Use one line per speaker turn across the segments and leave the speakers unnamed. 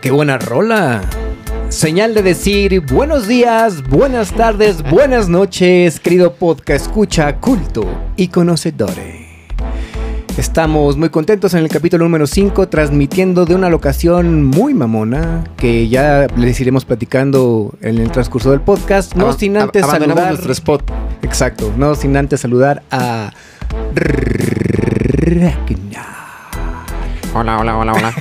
qué buena rola. Señal de decir buenos días, buenas tardes, buenas noches, querido podcast, escucha, culto y conocedores. Estamos muy contentos en el capítulo número 5, transmitiendo de una locación muy mamona, que ya les iremos platicando en el transcurso del podcast. No
Aban-
sin
ab-
antes
abandonamos
saludar.
nuestro spot.
Exacto, no sin antes saludar a.
Hola, hola, hola, hola.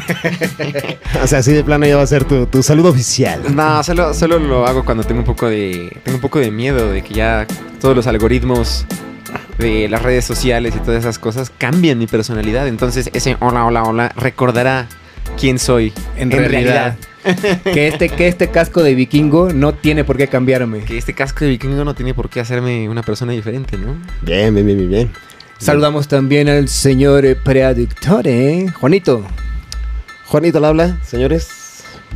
O sea, así de plano ya va a ser tu, tu saludo oficial.
no, solo, solo lo hago cuando tengo un poco de tengo un poco de miedo de que ya todos los algoritmos de las redes sociales y todas esas cosas cambien mi personalidad. Entonces ese hola, hola, hola recordará quién soy
En realidad. Que este, que este casco de vikingo no tiene por qué cambiarme.
Que este casco de vikingo no tiene por qué hacerme una persona diferente, ¿no?
Bien, bien, bien, bien, bien.
Saludamos también al señor productor, ¿eh? Juanito.
Juanito la habla, señores.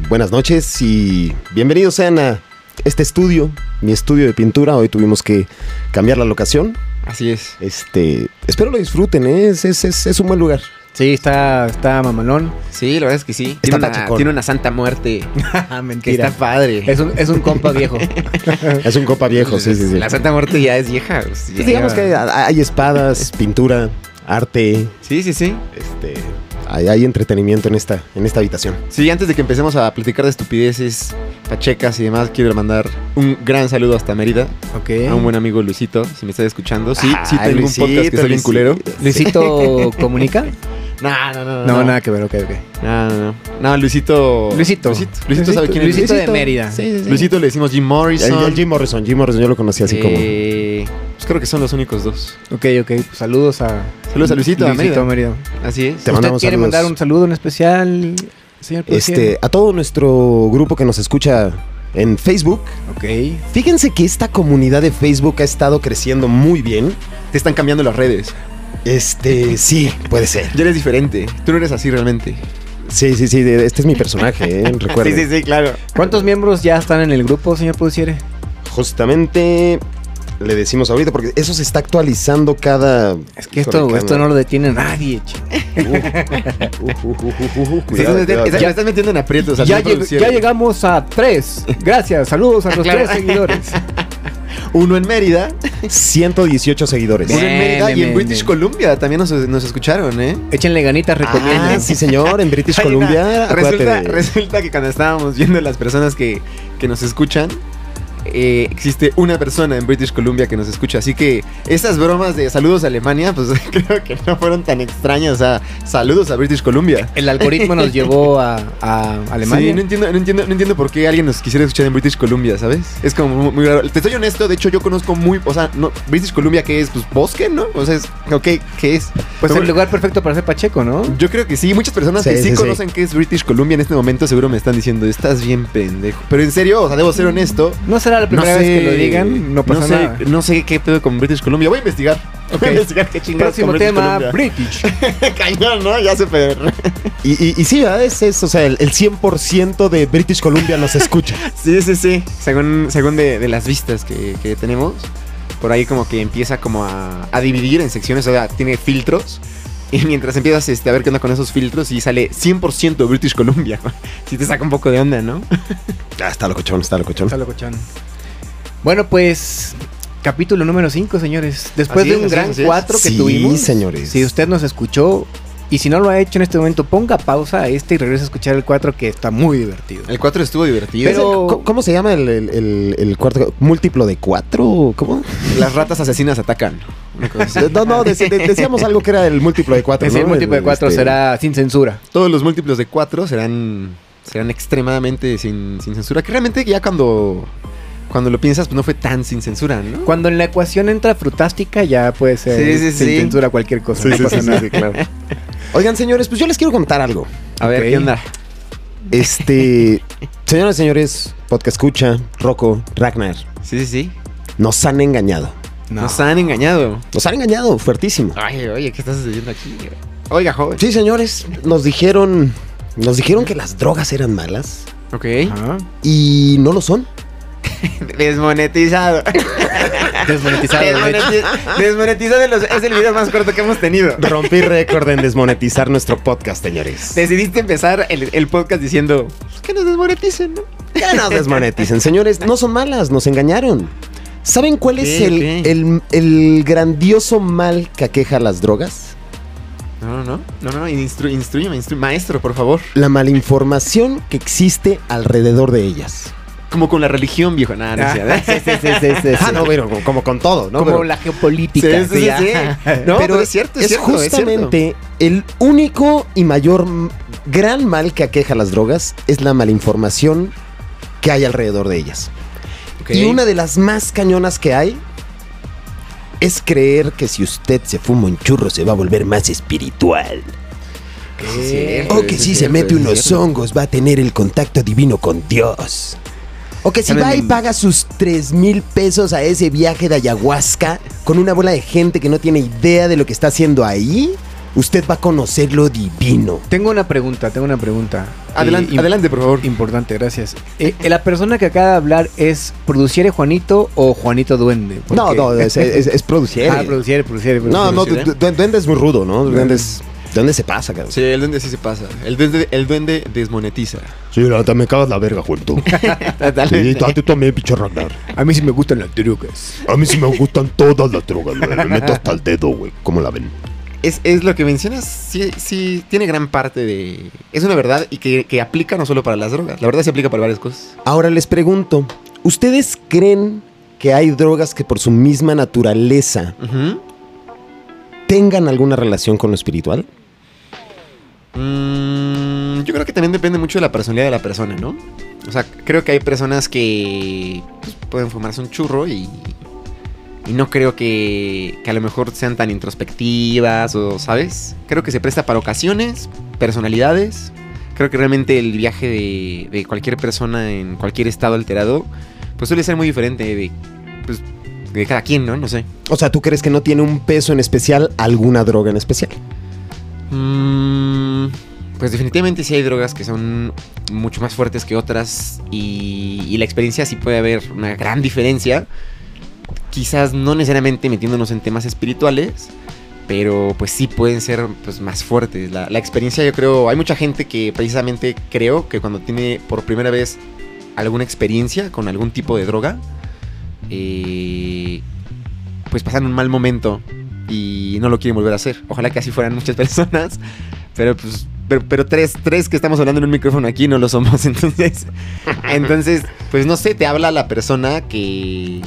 Buenas noches y bienvenidos sean a este estudio, mi estudio de pintura. Hoy tuvimos que cambiar la locación.
Así es.
Este, espero lo disfruten, ¿eh? es, es, es- es un buen lugar.
Sí, está, está mamalón.
Sí, la verdad es que sí.
Está
Tiene, una,
pachecón.
tiene una santa muerte que
Mentira.
está padre.
Es un, es un compa viejo.
Es un copa viejo, sí, sí, sí.
Ah, pues, La santa muerte ya es vieja. pues, ya
Pues digamos
lleva-
que hay, hay espadas, pintura, arte,
Sí, sí, sí.
este, hay, hay entretenimiento en esta, en esta habitación.
Sí, antes de que empecemos a platicar de estupideces, pachecas y demás, quiero mandar un gran saludo hasta Mérida
Ok.
a un buen amigo Luisito, si me estás escuchando. Sí, sí
¿Eh? Ay,
tengo
Luisito,
un podcast que soy bien
Luisito.
culero.
¿Luisito comunica?
No, no, no,
No, nada que ver, ok, ok.
No, no, no. No, Luisito.
Luisito.
Luisito, Luisito sabe quién es.
Luisito de Mérida.
Sí, sí, sí.
Luisito le decimos Jim Morrison.
El, el Jim Morrison, Jim Morrison yo lo conocí así como...
Eh, pues creo que son los únicos dos.
Ok, ok. Saludos a.
Saludos a Luisito, a Mérida.
Luisito Mérida.
Así es.
Te
¿Usted
mandamos
quiere
saludos.
mandar un saludo en especial, señor
este,
presidente?
a todo nuestro grupo que nos escucha en Facebook.
Ok.
Fíjense que esta comunidad de Facebook ha estado creciendo muy bien.
Te están cambiando las redes.
Este, sí, puede ser.
Ya eres diferente. Tú no eres así realmente.
Sí, sí, sí, de- este es mi personaje, ¿eh? recuerden.
sí, claro.
¿Cuántos miembros ya están en el grupo, señor Produciere?
Justamente le decimos ahorita porque eso se está actualizando cada...
Es que esto, esto no lo detiene nadie, che.
Estás, metiendo- estás-
Ya-
estás metiendo en aprietos. al
Ya,
señor
lleg-
productor.
ya llegamos a tres. Gracias, saludos a los
Claro.
tres seguidores.
Uno en Mérida,
118 seguidores. Ah,
uno en
Bien,
Mérida y
bien,
en
bien,
British
bien.
Columbia también nos, nos escucharon, ¿eh?
Échenle ganitas, recomienden.
Ah, sí, señor, en British Columbia. acuérdate
Resulta,
de-
resulta que cuando estábamos viendo las personas que, que nos escuchan, eh, existe una persona en British Columbia que nos escucha. Así que esas bromas de saludos a Alemania, pues creo que no fueron tan extrañas. a saludos a British Columbia.
El algoritmo nos llevó a, a Alemania.
Sí, no entiendo, no, entiendo, no entiendo por qué alguien nos quisiera escuchar en British Columbia, ¿sabes? Es como muy, muy raro. Te soy honesto, de hecho yo conozco muy... O sea, no, British Columbia, ¿qué es? Pues bosque, ¿no? O sea, es, ok, ¿qué es?
pues
Pero
el
bueno,
lugar perfecto para ser Pacheco, ¿no?
Yo creo que sí, muchas personas
Sí,
que sí,
sí, sí.
conocen qué es British Columbia en este momento seguro me están diciendo, estás bien pendejo. Pero en serio, o sea, debo ser honesto.
No será la primera vez que lo digan, no pasa
sé,
nada.
No sé qué pedo con British Columbia. Voy a investigar. Voy a
Ok.
investigar qué chingados
Próximo
con British
tema,
Columbia.
British.
Cañón, ¿no? Ya se perdió.
Y, y- y sí, ¿verdad? Es, es, o sea, el, el 100% de British Columbia nos escucha.
Sí, sí, sí. Según, según de, de las vistas que, que tenemos, por ahí como que empieza como a, a dividir en secciones, o sea, tiene filtros. Y mientras empiezas este, a ver qué onda con esos filtros y sale 100% British Columbia. Si te saca un poco de onda, ¿no?
Ah, está locochón, está locochón.
Está locochón. Bueno, pues capítulo número 5, señores. Después
Así
de
es,
un
así es,
gran
así es.
4 que
Sí,
tuvimos.
señores.
Si usted nos escuchó y si no lo ha hecho en este momento, ponga pausa a este y regrese a escuchar el 4 que está muy divertido.
El 4 estuvo divertido.
¿Ves el-
Pero-
co- ¿Cómo se llama el, el- el- el cuarto? ¿Múltiplo de cuatro? o ¿Cómo?
Las ratas asesinas atacan. Una cosa así.
No, no, dec- de- decíamos algo que era el múltiplo de cuatro.
Es decir,
¿no?
el múltiplo de 4
este,
será sin censura.
Todos los múltiplos de 4 serán, serán extremadamente sin, sin censura. Que realmente ya cuando, cuando lo piensas, pues no fue tan sin censura, ¿no?
Cuando en la ecuación entra frutástica, ya puede ser
Sí, sí,
sin
sí.
censura cualquier cosa.
Sí,
no
sí,
pasa
sí,
nada.
sí, claro. Oigan, señores, pues yo les quiero contar algo.
A ver,
Ok.
¿qué onda?
Este, señoras y señores, podcast escucha, Rocco, Ragnar,
Sí, sí, sí.
nos han engañado.
No.
Nos han engañado.
Nos han engañado, fuertísimo.
Ay, oye, ¿qué estás sucediendo aquí? Oiga, joven.
Sí, señores, nos dijeron, nos dijeron que las drogas eran malas
Ok.
Ajá.
y no lo son.
Desmonetizado.
Desmonetizado. de hecho.
Desmoneti- Desmonetizado de los- es el video más corto que hemos tenido.
Rompí récord en desmonetizar nuestro podcast, señores.
Decidiste empezar el, el podcast diciendo "Pues que nos desmoneticen, ¿no?
Ya nos desmoneticen, señores. No son malas, nos engañaron. ¿Saben cuál es
Ok,
el,
ok.
el- el grandioso mal que aqueja a las drogas?
No, no, no, no, no, no, instru- instruyeme, instru- maestro, por favor.
La malinformación que existe alrededor de ellas.
Como con la religión, viejo. Nada, no es cierto.
Sí, sí, sí, sí, sí, sí.
Ah, no, pero como- como con todo, ¿no?
Como
Pero-
la geopolítica.
Sí, sí,
sí,
sí,
ajá.
sí. No, pero, es cierto, es, cierto, es cierto.
justamente el único y mayor m- gran mal que aqueja a las drogas es la malinformación que hay alrededor de ellas.
Ok.
Y una de las más cañonas que hay es creer que si usted se fuma un churro se va a volver más espiritual.
Eh, Sí, es cierto,
O Oh, que
es
si se
cierto,
mete
es
unos
cierto.
hongos va a tener el contacto divino con Dios. O que si
¿Saben?
va y paga sus 3 mil pesos a ese viaje de ayahuasca con una bola de gente que no tiene idea de lo que está haciendo ahí, usted va a conocer lo divino.
Tengo una pregunta, tengo una pregunta.
Adelante,
Y-
adelante, por favor.
Importante, gracias. Eh, eh, ¿La persona que acaba de hablar es Produciere Juanito o Juanito Duende?
No,
Porque-
no, es, es- es producir.
Ah, Produciere, Produciere.
no, no,
producir, ¿eh? Mm.
du- du- duende es muy rudo, ¿no? Duende, es- duende se pasa, cabrón.
Sí, el duende sí se pasa. El duende, el duende desmonetiza.
Sí, la neta, me cagas la verga, Juanito. Sí, a ti también, pinche Ragnar.
A mí sí me gustan las trucas.
A mí sí me gustan todas las drogas, güey. Me meto hasta el dedo, güey. ¿Cómo la ven?
Es, es lo que mencionas, sí, sí, tiene gran parte de... Es una verdad y que, que aplica no solo para las drogas, la verdad se aplica para varias cosas.
Ahora les pregunto, ¿ustedes creen que hay drogas que por su misma naturaleza
Ujú.
tengan alguna relación con lo espiritual?
Mm, yo creo que también depende mucho de la personalidad de la persona, ¿no? O sea, creo que hay personas que pues, pueden fumarse un churro y, y no creo que, que a lo mejor sean tan introspectivas o, ¿sabes? Creo que se presta para ocasiones, personalidades. Creo que realmente el viaje de, de cualquier persona en cualquier estado alterado, pues suele ser muy diferente de, pues, de cada quien, ¿no? No sé.
O sea, ¿tú crees que no tiene un peso en especial alguna droga en especial?
Mm, pues definitivamente sí hay drogas que son mucho más fuertes que otras y, y la experiencia sí puede haber una gran diferencia. Quizás no necesariamente metiéndonos en temas espirituales, pero pues sí pueden ser pues, más fuertes. La, la experiencia yo creo, hay mucha gente que precisamente creo que cuando tiene por primera vez alguna experiencia con algún tipo de droga, eh, pues pasan un mal momento y no lo quieren volver a hacer. Ojalá que así fueran muchas personas, pero pues, pero, pero tres, tres que estamos hablando en un micrófono aquí no lo somos, entonces, entonces, pues no sé, te habla la persona que,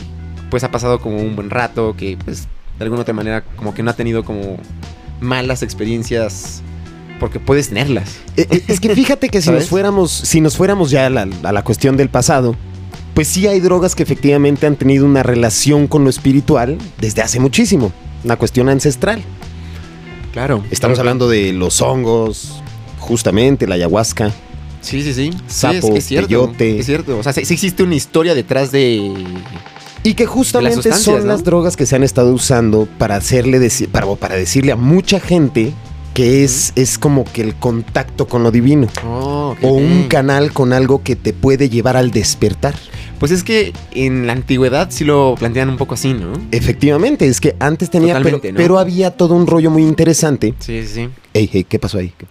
pues ha pasado como un buen rato, que pues de alguna otra manera como que no ha tenido como malas experiencias, porque puedes tenerlas.
Eh, eh, Es que fíjate que si
¿Sabes?
nos fuéramos, si nos fuéramos ya a la, a la cuestión del pasado, pues sí hay drogas que efectivamente han tenido una relación con lo espiritual desde hace muchísimo. Una cuestión ancestral.
Claro.
Estamos hablando de los hongos, justamente la ayahuasca.
Sí, sí, sí. Sí,
Sapo,
es, es cierto.
peyote.
Es cierto. O sea, sí, sí existe una historia detrás de...
Y que justamente
sustancias,
son
¿no?
las drogas que se han estado usando para hacerle deci- para, para decirle a mucha gente que es, es como que el contacto con lo divino.
Oh, ok,
O un
ok.
canal con algo que te puede llevar al despertar.
Pues es que en la antigüedad sí lo plantean un poco así, ¿no?
Efectivamente, es que antes tenía, pero,
Totalmente, ¿no?
pero había todo un rollo muy interesante.
Sí, sí, sí.
Ey, ey, ¿qué pasó ahí? ¿Qué-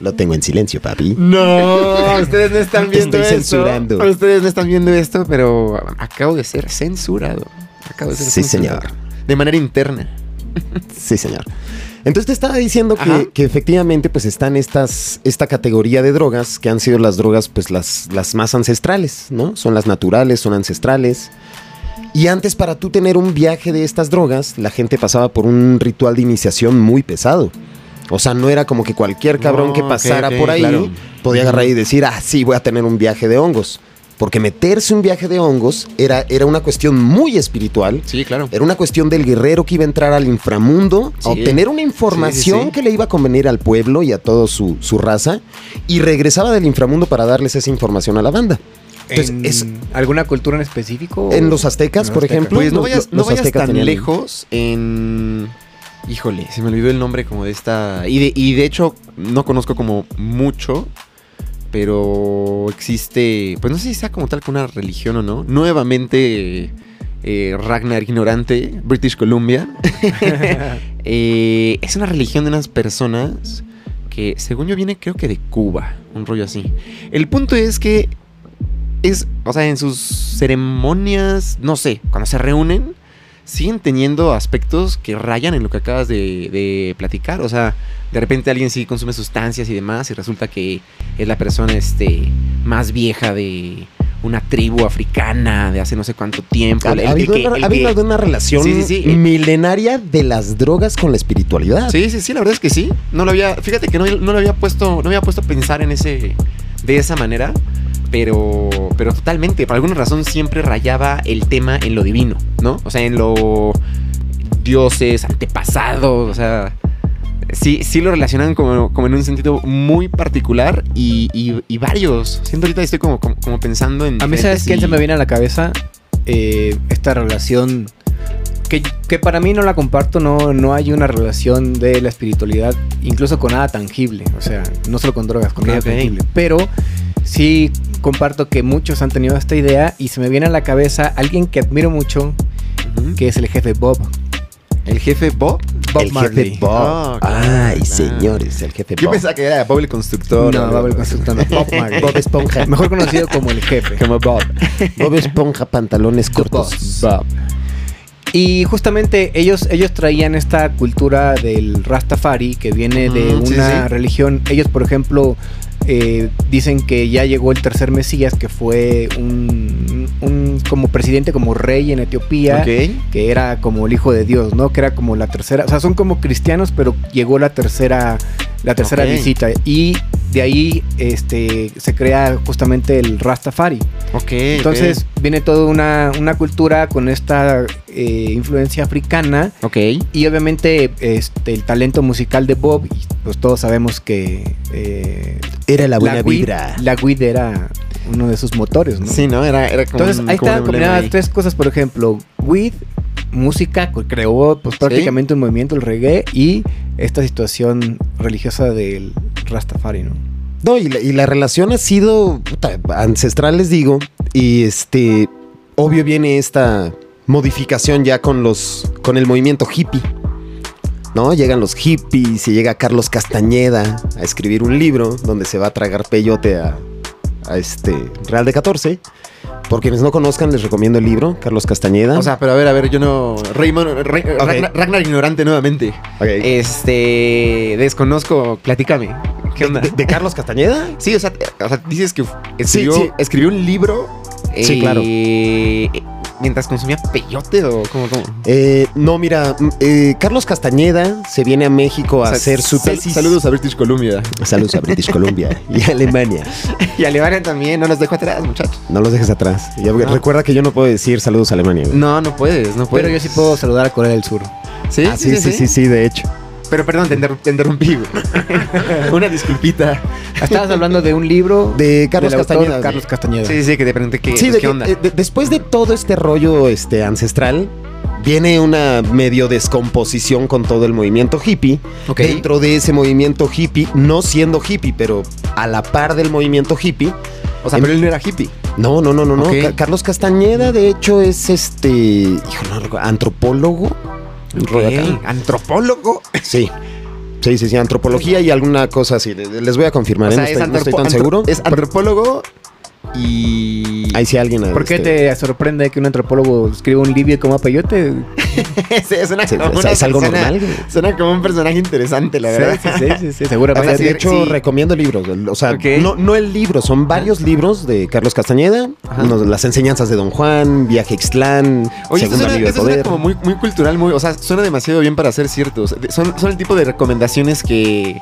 Lo tengo en silencio, papi.
No, ustedes no están
Te
viendo
estoy
esto.
censurando.
Ustedes no están viendo esto, pero acabo de ser censurado. Acabo de ser
Sí,
censurado.
señor.
De manera interna.
Sí, señor. Entonces te estaba diciendo
Ajá.
que, que efectivamente pues están estas, esta categoría de drogas que han sido las drogas pues las, las más ancestrales, ¿no? Son las naturales, son ancestrales. Y antes para tú tener un viaje de estas drogas, la gente pasaba por un ritual de iniciación muy pesado. O sea, no era como que cualquier cabrón
No,
que
Oh, ok,
pasara
ok,
por ahí
claro.
podía agarrar y decir, ah, sí, voy a tener un viaje de hongos. Porque meterse un viaje de hongos era, era una cuestión muy espiritual
Sí, claro.
era una cuestión del guerrero que iba a entrar al inframundo,
Sí.
a obtener una información
Sí, sí, sí.
que le iba a convenir al pueblo y a toda su, su raza, y regresaba del inframundo para darles esa información a la banda. Entonces,
¿En
es-
alguna cultura en específico?
en los aztecas,
En los
por
aztecas.
ejemplo,
Pues no
los-
vayas, no
los
vayas
aztecas
tan
tenían-
lejos en. Híjole, se me olvidó el nombre como de esta. Y de, y de hecho, no conozco como mucho. Pero existe. Pues no sé si sea como tal con una religión o no. Nuevamente. eh, Ragnar Ignorante, British Columbia. Eh, es una religión de unas personas que, según yo, viene creo que de Cuba, un rollo así. El punto es que es, o sea, en sus ceremonias, no sé, cuando se reúnen, siguen teniendo aspectos que rayan en lo que acabas de, de platicar. O sea, de repente alguien sí consume sustancias y demás y resulta que es la persona este, más vieja de una tribu africana de hace no sé cuánto tiempo.
Ha,
El-
ha
el
habido,
que-
ha
el
habido
que-
una relación
Sí, sí, sí.
milenaria de las drogas con la espiritualidad.
Sí, sí, sí, la verdad es que sí. No lo había, fíjate que no, no lo había puesto, no había puesto a pensar en ese, de esa manera, pero, pero totalmente, por alguna razón siempre rayaba el tema en lo divino, ¿no? O sea, en lo dioses, antepasados, o sea, sí, sí lo relacionan como, como en un sentido muy particular y, y- y varios. Siento ahorita estoy como, como, como pensando en...
A mí, ¿sabes
diferentes
quién
y-
se me viene a la cabeza? Eh, esta relación que, que para mí no la comparto, no, no hay una relación de la espiritualidad, incluso con nada tangible, o sea, no solo con drogas, con
Ok,
nada
ok.
tangible, pero sí comparto que muchos han tenido esta idea y se me viene a la cabeza alguien que admiro mucho,
Ujú.
que es el jefe Bob,
¿El jefe Bob?
Bob
el
Marley.
jefe Bob.
Ah, claro,
Ay,
claro.
señores, el jefe
Yo
Bob.
pensaba que era Bob el constructor.
No, Bob el constructor, no, Bob Marley.
Bob Esponja.
Mejor conocido como el jefe.
Como Bob.
Bob Esponja, pantalones cortos.
Bob.
Y justamente ellos, ellos traían esta cultura del Rastafari que viene de
Ujú, sí,
una
sí.
religión. Ellos, por ejemplo, eh, dicen que ya llegó el tercer Mesías, que fue un, un como presidente, como rey en Etiopía,
Ok.
que era como el hijo de Dios, ¿no? Que era como la tercera, o sea, son como cristianos, pero llegó la tercera, la tercera
Ok.
visita. Y de ahí este, se crea justamente el Rastafari.
Ok.
Entonces viene toda una, una cultura con esta eh, influencia africana
Ok.
y obviamente este, el talento musical de Bob, y, pues todos sabemos que eh,
Era la buena
weed-
vibra.
la weed era uno de sus motores, ¿no?
Sí, ¿no? Era, era como.
Entonces
un-
ahí
como
estaban
un emblema
combinadas
ahí. este
tres cosas, por ejemplo, weed, música, co- creó pues, prácticamente un movimiento, el reggae, y esta situación religiosa del Rastafari, ¿no?
No, y la, y la relación ha sido puta, ancestral, les digo. Y este, obvio viene esta modificación ya con los, con el movimiento hippie. ¿No? Llegan los hippies y llega Carlos Castañeda a escribir un libro donde se va a tragar peyote a, a este Real de 14. Por quienes no conozcan, les recomiendo el libro, Carlos Castañeda.
O sea, pero a ver, a ver, yo no. Raymond. Ray- Ragnar, Ragnar ignorante nuevamente.
Ok.
Este. Desconozco. Platícame. ¿Qué onda?
¿De, de Carlos Castañeda?
Sí, o sea, te- o sea, dices que escribió,
sí.
escribió un libro.
Sí, claro.
eh, mientras consumía peyote o como. como.
Eh, no, mira, mm, eh, Carlos Castañeda se viene a México a hacer su tesis.
Saludos a British Columbia.
Saludos a British Columbia y a Alemania.
Y a Levana también, no nos dejo atrás, muchachos.
No los dejes atrás. Ya, porque
No.
Recuerda que yo no puedo decir saludos a Alemania. güey.
No, no puedes, no puedes.
Pero
Pues
yo sí puedo saludar a Corea del Sur.
¿Sí?
Ah, sí, sí, sí, sí, de hecho.
Pero perdón, te, interrum- te interrumpí. güey. Una disculpita.
Estabas hablando de un libro
De Carlos
del autor
Castañeda. güey.
Carlos Castañeda.
Sí, sí, que te pregunté qué,
Sí,
pues,
de
qué
que,
onda.
eh, de- después de todo este rollo este, ancestral, viene una medio descomposición con todo el movimiento hippie.
ok.
Dentro de ese movimiento hippie, no siendo hippie, pero a la par del movimiento hippie.
o sea, pero él no era hippie.
No, no, no, no, no.
Ok.
Ca- Carlos Castañeda, de hecho, es este. hijo, no recuerdo, antropólogo. Un rollo acá.
Ok, Antropólogo.
Sí. Sí, sí, sí, antropología y alguna cosa así. Le- Les voy a confirmar,
o
¿eh?
sea,
no, estoy, no estoy
antropo-
tan
antro-
seguro.
Es antropólogo y.
Ahí sí alguien.
¿Por qué
este,
te sorprende que un antropólogo escriba un libro y coma peyote?
es, es una-
sí,
como
es,
una
es algo
persona-
normal. güey.
Suena como un personaje interesante, la verdad.
Sí, sí, sí, sí, sí, seguramente.
O sea,
de hecho,
sí.
recomiendo libros. O sea,
Ok.
no, no el libro, son varios libros de Carlos Castañeda.
Ajá.
uno de las enseñanzas de Don Juan, Viaje a Ixtlán,
Oye, esto
Segunda
suena,
Liga de
esto suena
Poder.
como muy, muy cultural, muy, o sea, suena demasiado bien para ser cierto. O sea, de- son, son el tipo de recomendaciones que,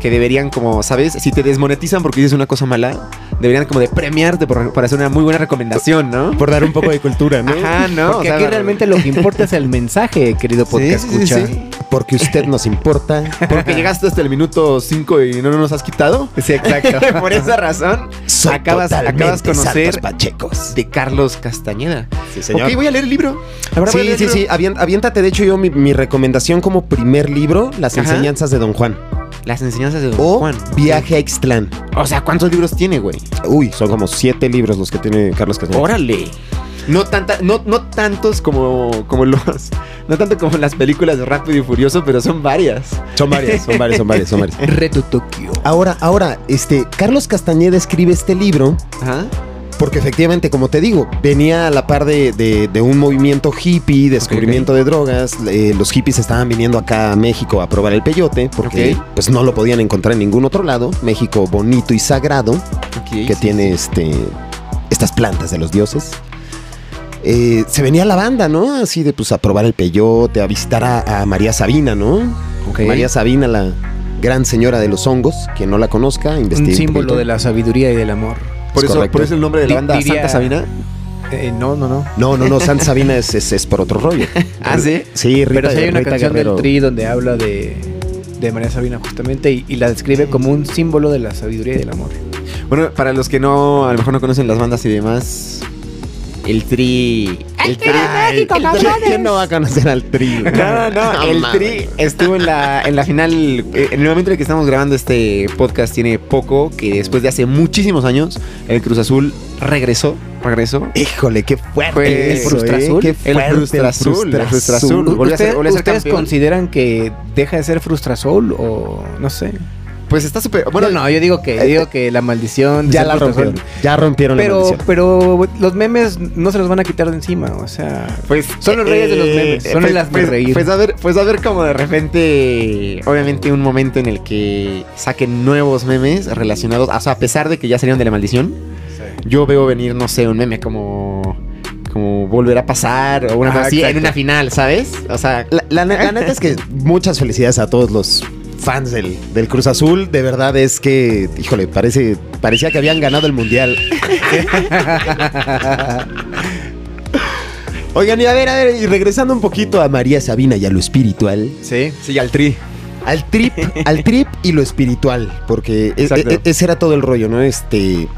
que deberían como, ¿sabes? Si te desmonetizan porque dices una cosa mala, deberían como de premiarte por, por hacer una muy buena recomendación, ¿no?
Por dar un poco de cultura, ¿no?
Ajá, no.
Porque
o sea,
aquí realmente lo que importa es el mensaje, querido
Sí,
podcast
sí, sí,
escucha.
sí.
porque usted nos importa.
Porque llegaste hasta el minuto 5 y no nos has quitado.
Sí, exacto.
Por esa razón,
Son
acabas,
totalmente
acabas conocer
santos pachecos.
de Carlos Castañeda.
Sí, señor.
Ok, voy a leer el libro. Ahora voy a
Sí,
leer
sí,
el
sí.
libro.
avien- Aviéntate, de hecho, yo mi, mi recomendación como primer libro, Las
Ajá.
enseñanzas de Don Juan.
Las enseñanzas de Don
O
Juan.
Viaje a Ixtlán.
O sea, ¿cuántos libros tiene, güey?
Uy, son como siete libros los que tiene Carlos Castañeda.
Órale. No, tanta, no, no tantos como, como los. No tanto como las películas de Rápido y Furioso, pero son varias.
Son varias, son varias, son varias, son varias.
Reto Tokio.
Ahora, ahora, este, Carlos Castañeda escribe este libro
Ajá.
porque efectivamente, como te digo, venía a la par de, de- de un movimiento hippie, descubrimiento de drogas. eh, los hippies estaban viniendo acá a México a probar el peyote porque
Ok.
pues no lo podían encontrar en ningún otro lado. México bonito y sagrado.
Ok,
que
sí.
tiene este estas plantas de los dioses. Eh, se venía la banda, ¿no? Así de pues a probar el peyote, a visitar a, a María Sabina, ¿no?
Ok.
María Sabina, la gran señora de los hongos, quien no la conozca, investigue.
Un símbolo de la sabiduría y del amor.
Por
Es
eso,
correcto.
por eso el nombre de la
Di-
banda
diría-
Santa Sabina.
Eh, no, no, no.
No, no, no, Santa Sabina es, es, es por otro rollo.
Ah, sí.
Sí, Rita,
Pero sí hay una
Rita
canción
Guerrero.
del Tri donde habla de, de María Sabina justamente y, y la describe como un símbolo de la sabiduría y del amor.
Bueno, para los que no, a lo mejor no conocen las bandas y demás. El tri. El tri.
Ay, ¿quién, quién no va a conocer al Tri? güey?
No, no, no, el
mames.
Tri estuvo en la, en la final. eh, En el momento en el que estamos grabando este podcast, tiene poco que después de hace muchísimos años, el Cruz Azul regresó. Regresó.
Híjole, qué fuerte.
Fue
eso,
Pues, el Frustrazul.
¿eh? Qué
El
fuerte,
Frustrazul, el Frustrazul.
Frustrazul.
Volvió a ser-
¿Ustedes-
volvió a ser
¿Ustedes
campeón.
consideran que deja de ser Frustrasol o no sé?
Pues está súper. Bueno,
Bueno, no, yo digo que, yo digo que la maldición... de
Eh, Ya
ser
la
Frustrasol-
rompieron. Ya rompieron la
Pero,
maldición.
pero los memes no se los van a quitar de encima, o sea...
Pues,
Son los reyes de los memes, son
pues,
el hazme
pues-
reír.
Pues a ver, pues a ver como de repente, obviamente un momento en el que saquen nuevos memes relacionados, o sea, a pesar de que ya salieron de la maldición, yo veo venir, no sé, un meme como como volver a pasar o una cosa
Ah,
así en
exacto.
una final, ¿sabes? O sea,
La, la ne- la neta es que muchas felicidades a todos los fans del, del Cruz Azul. De verdad es que, híjole, parece, parecía que habían ganado el Mundial. Oigan, y a ver, a ver, y regresando un poquito a María Sabina y a lo espiritual.
Sí.
sí, al tri.
Al trip, al trip y lo espiritual, porque e-
Exacto.
e- ese era todo el rollo, ¿no? Este,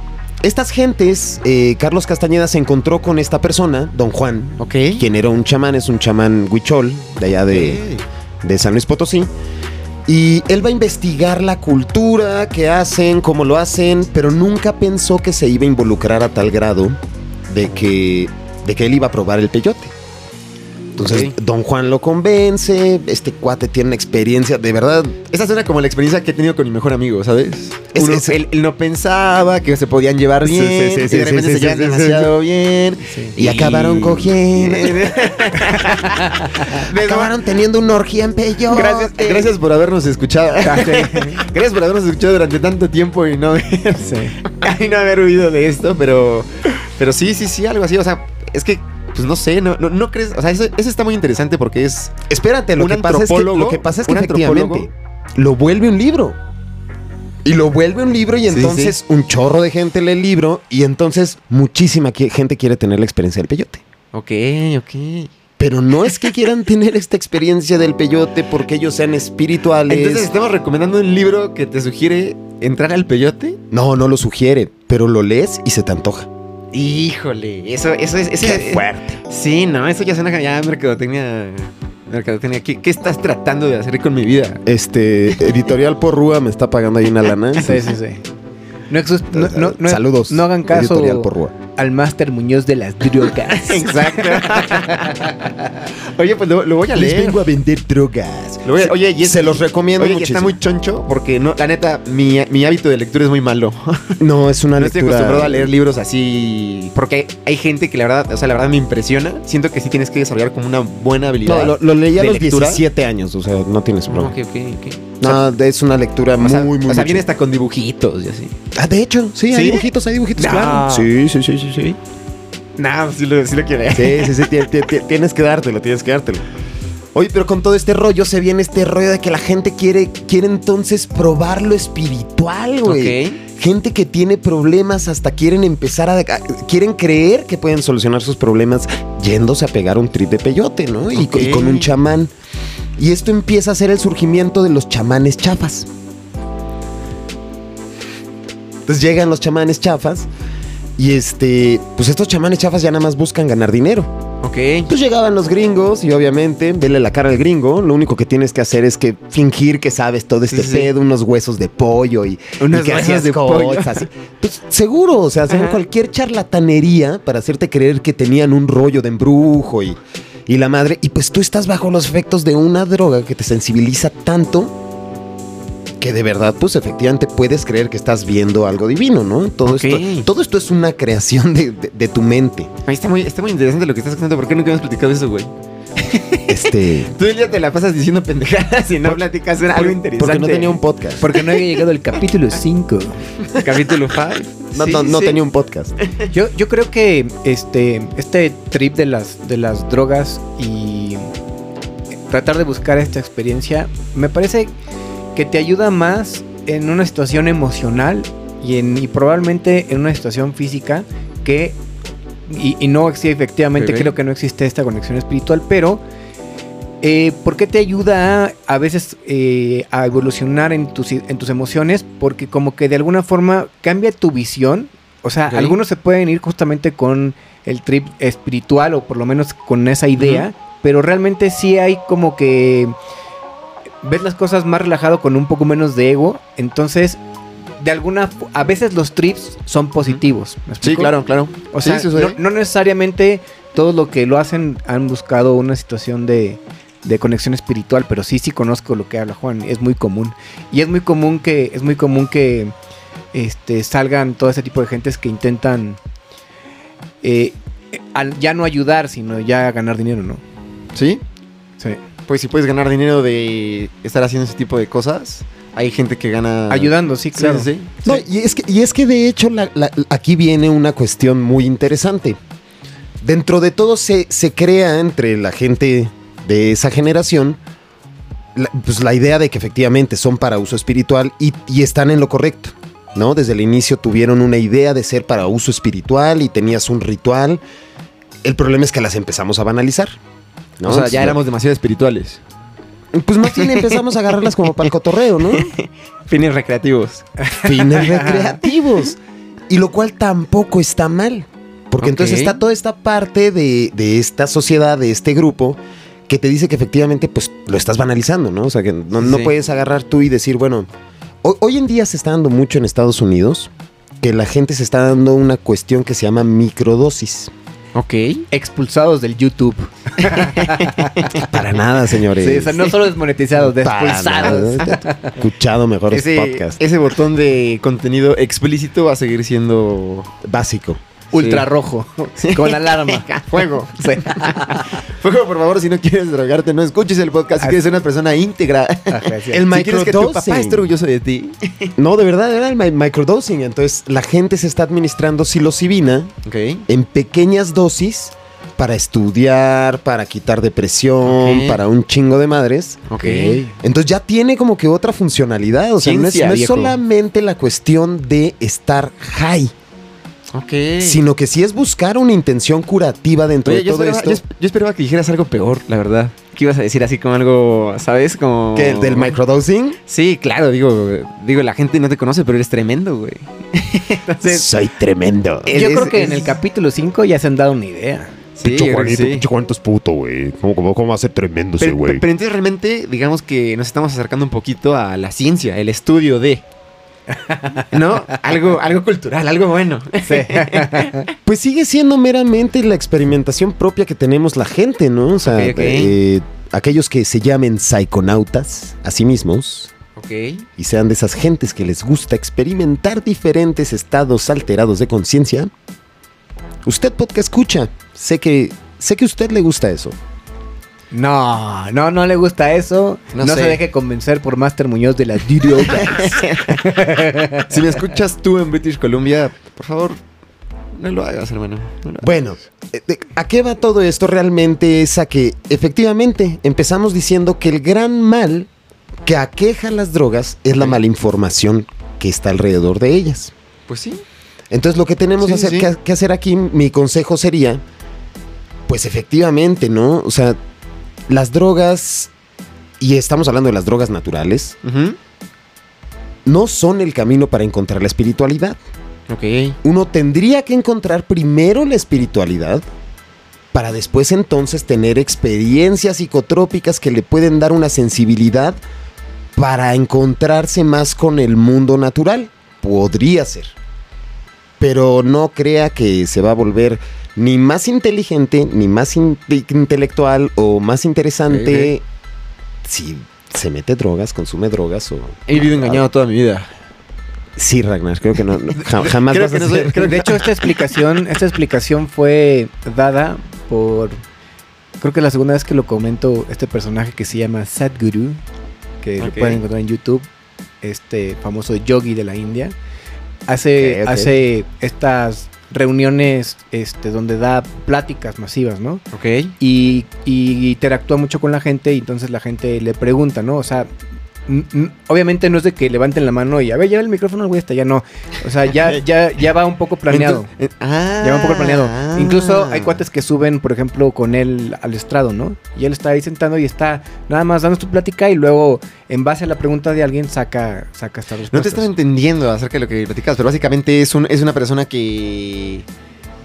estas gentes, eh, Carlos Castañeda se encontró con esta persona, Don Juan,
Ok.
quien era un chamán, es un chamán huichol, de allá de, de San Luis Potosí. Y él va a investigar la cultura, qué hacen, cómo lo hacen, pero nunca pensó que se iba a involucrar a tal grado de que, de que él iba a probar el peyote. Entonces,
Ok.
don Juan lo convence, este cuate tiene una experiencia, de verdad,
Esa suena como la experiencia que he tenido con mi mejor amigo, ¿sabes?
Es-
Uno-
es-
él, él no pensaba que se podían llevar
Sí,
bien,
sí, sí,
y
sí,
de repente
sí,
se
sí,
llevan
sí, sí,
demasiado bien,
Y acabaron cogiendo. acabaron teniendo una orgía en peyote.
Gracias, gracias por habernos escuchado. gracias por habernos escuchado durante tanto tiempo y no haber, y no haber huido de esto, pero, pero sí, sí, sí, algo así. O sea, es que, pues no sé, no, no, no crees. O sea, eso, eso está muy interesante porque es.
Espérate, lo
Un
que pasa es que,
antropólogo,
lo que pasa es que
un
efectivamente
antropólogo.
lo vuelve un libro. Y lo vuelve un libro y
Sí,
entonces un chorro de gente lee el libro y entonces muchísima qui- gente quiere tener la experiencia del peyote.
Ok, ok.
Pero no es que quieran tener esta experiencia del peyote porque ellos sean espirituales.
Entonces, estamos recomendando un libro que te sugiere entrar al peyote.
no, no lo sugiere, pero lo lees y se te antoja.
Híjole, eso, eso es. Eso es-
fuerte!
Sí, no, eso ya suena ya mercadotecnia. Mercadotecnia. ¿Qué, ¿Qué estás tratando de hacer con mi vida?
Este, Editorial Porrúa me está pagando ahí una lana.
Sí, sí, sí. No, exus- no- no- no-
Saludos.
No hagan caso
Editorial Porrúa.
al Máster Muñoz de las drogas.
Exacto. Oye, pues lo, lo voy a
Les
leer.
vengo a vender drogas.
Lo voy a- oye, y es-
se los recomiendo
Oye, que
muchísimo.
está muy choncho porque no, la neta, mi, mi hábito de lectura es muy malo.
No, es una
No estoy
lectura.
acostumbrado a leer libros así. Porque hay, hay gente que la verdad, o sea, la verdad me impresiona. Siento que sí tienes que desarrollar como una buena habilidad.
No, lo, lo leí a
¿De
los
lectura?
17 años, o sea, no tienes
No,
problema.
ok, ok, ok.
No, de- es una lectura
O
muy,
sea,
muy,
o sea,
muy
viene hasta con dibujitos y así.
chida. Ah, de hecho, sí,
¿Sí?
hay dibujitos, hay dibujitos,
No.
claro. Sí, sí, sí, sí, sí.
No, sí lo, sí lo quiero leer.
Sí, sí, sí, ti- ti- ti- tienes que dártelo, tienes que dártelo. Oye, pero con todo este rollo se viene este rollo de que la gente quiere, quiere entonces probar lo espiritual, güey.
Ok.
Gente que tiene problemas hasta quieren empezar a, a- quieren creer que pueden solucionar sus problemas yéndose a pegar un trip de peyote, ¿no? Y, co- y
Ok.
con un chamán. Y esto empieza a ser el surgimiento de los chamanes chafas. Entonces llegan los chamanes chafas y este, pues estos chamanes chafas ya nada más buscan ganar dinero.
Ok.
Pues llegaban los gringos y obviamente, vele la cara al gringo, lo único que tienes que hacer es que fingir que sabes todo este
Sí, sí, sí.
pedo, unos huesos de pollo y,
Unos
y que
huesos
hacías
de pollo.
cosas y- Pues seguro, o sea, hacían
Ajá.
cualquier charlatanería para hacerte creer que tenían un rollo de embrujo y, y la madre. Y pues tú estás bajo los efectos de una droga que te sensibiliza tanto que de verdad, pues efectivamente puedes creer que estás viendo algo divino, ¿no? Todo, esto,
Ok.
todo esto es una creación de- de- de tu mente.
Ahí está muy, está muy interesante lo que estás contando. ¿Por qué nunca hemos platicado eso, güey?
Este.
Tú ya te la pasas diciendo pendejadas y no platicas era algo interesante.
Porque no tenía un podcast.
Porque no había llegado el capítulo 5.
capítulo 5.
No, no- no tenía un podcast.
Yo, yo creo que este, este trip de las, de las drogas y tratar de buscar esta experiencia me parece que te ayuda más en una situación emocional y, en, y probablemente en una situación física que, y, y no sí, efectivamente
Ok.
creo que no existe esta conexión espiritual, pero eh, ¿por qué te ayuda a, a veces eh, a evolucionar en tus, en tus emociones? Porque como que de alguna forma cambia tu visión, o sea,
Ok.
algunos se pueden ir justamente con el trip espiritual o por lo menos con esa idea, pero realmente sí hay como que ves las cosas más relajado con un poco menos de ego, entonces de alguna fo- a veces los trips son positivos. ¿me
Sí,
explico?
claro, claro.
O sea,
Sí, sí, sí.
no, no necesariamente todos los que lo hacen han buscado una situación de, de conexión espiritual, pero sí, sí conozco lo que habla Juan, es muy común. Y es muy común que, es muy común que este, salgan todo ese tipo de gentes que intentan eh, al- ya no ayudar, sino ya ganar dinero, ¿no?
¿Sí?
Sí.
Pues si puedes ganar dinero de estar haciendo ese tipo de cosas, hay gente que gana...
Ayudando, sí,
Ah. Sí,
claro.
sí, sí.
No, y es que, y es que de hecho la- la- aquí viene una cuestión muy interesante. Dentro de todo se, se crea entre la gente de esa generación la, pues la idea de que efectivamente son para uso espiritual y, y están en lo correcto. ¿no? Desde el inicio tuvieron una idea de ser para uso espiritual y tenías un ritual. El problema es que las empezamos a banalizar. ¿no?
O sea,
Entonces,
ya éramos demasiado espirituales.
Pues más bien empezamos a agarrarlas como para el cotorreo, ¿no?
Fines recreativos.
Fines recreativos. Y lo cual tampoco está mal. Porque entonces
Ok.
está toda esta parte de, de esta sociedad, de este grupo, que te dice que efectivamente pues lo estás banalizando, ¿no? O sea, que no, no
Sí.
puedes agarrar tú y decir, bueno, ho- hoy en día se está dando mucho en Estados Unidos que la gente se está dando una cuestión que se llama microdosis.
Ok.
Expulsados del YouTube.
Para nada, señores.
Sí, o sea, no solo desmonetizados,
Para
expulsados.
nada. He Escuchado este mejores
Ese,
podcasts.
ese botón de contenido explícito va a seguir siendo...
Básico.
Ultra rojo. Con alarma.
Fuego.
Sí.
Fuego, por favor, si no quieres drogarte, no escuches el podcast. Si
Así-
quieres ser una persona íntegra.
El
El
Si quieres que tu papá
microdosing.
esté orgulloso de ti.
No, de verdad, era el mi- microdosing. Entonces, la gente se está administrando psilocibina
Ok.
en pequeñas dosis para estudiar, para quitar depresión,
Ok.
para un chingo de madres.
Ok.
Entonces ya tiene como que otra funcionalidad. O sea, no es-
Ciencia,
no es,
viejo.
solamente la cuestión de estar high,
Ok.
sino que sí es buscar una intención curativa dentro
Oye,
de
yo,
todo
esperaba,
esto.
yo es- yo esperaba que dijeras algo peor, la verdad. ¿Qué ibas a decir así como algo, sabes? Como...
¿Qué, ¿Del microdosing?
Sí, claro, digo, digo, la gente no te conoce, pero eres tremendo, güey. Entonces,
Soy tremendo.
Es-
Yo
es-
creo que en
es-
el capítulo 5 ya se han dado una idea.
sí, yo creo que sí.
es puto, güey. ¿Cómo, cómo, cómo va a ser tremendo ese
Pero,
güey?
pero entonces realmente, digamos que nos estamos acercando un poquito a la ciencia, el estudio de. ¿No? Algo, algo cultural, algo bueno.
Pues sigue siendo meramente la experimentación propia que tenemos la gente, ¿no? O sea,
Ok, ok.
eh, aquellos que se llamen psiconautas a sí mismos
Ok.
y sean de esas gentes que les gusta experimentar diferentes estados alterados de conciencia. Usted podcast escucha, sé que sé que a usted le gusta eso.
No, no, no le gusta eso.
No
No,
sé.
se deje convencer por Master Muñoz de la droga.
Si me escuchas tú en British Columbia, por favor, no lo hagas, hermano. No lo hagas.
Bueno, eh, de- ¿a qué va todo esto realmente? Es a que efectivamente empezamos diciendo que el gran mal que aqueja las drogas es la
Ok.
mala información que está alrededor de ellas.
Pues sí.
Entonces lo que tenemos
Sí,
hacer-
sí.
Que, que hacer aquí, mi consejo sería, pues efectivamente, ¿no? O sea, las drogas y estamos hablando de las drogas naturales,
Ujú.
no son el camino para encontrar la espiritualidad.
Ok.
Uno tendría que encontrar primero la espiritualidad para después entonces tener experiencias psicotrópicas que le pueden dar una sensibilidad para encontrarse más con el mundo natural. Podría ser. Pero no crea que se va a volver ni más inteligente, ni más inte- intelectual o más interesante si se mete drogas, consume drogas o...
He vivido
Ah.
engañado toda mi vida.
Sí, Ragnar, creo que no, no, ja- jamás
Creo
vas a
que no soy-
ser-
creo
De hecho, esta explicación, esta explicación fue dada por. Creo que la segunda vez que lo comento, este personaje que se llama Sadhguru, que lo
Ok.
pueden encontrar en YouTube, este famoso yogi de la India, hace,
Ok, ok.
hace estas reuniones este, donde da pláticas masivas, ¿no?
Ok.
y, y interactúa mucho con la gente y entonces la gente le pregunta, ¿no? O sea, n- n- obviamente no es de que levanten la mano y a ver, lleva el micrófono al güey hasta ya no. O sea, ya, ya, ya va un poco planeado.
Entonces, eh, ah,
Ya va un poco planeado.
ah.
Incluso hay cuates que suben, por ejemplo, con él al estrado, ¿no? Y él está ahí sentado y está nada más dando su plática y luego, en base a la pregunta de alguien, saca, saca esta respuesta.
No te estaba entendiendo acerca de lo que platicabas, pero básicamente es, un, es una persona que.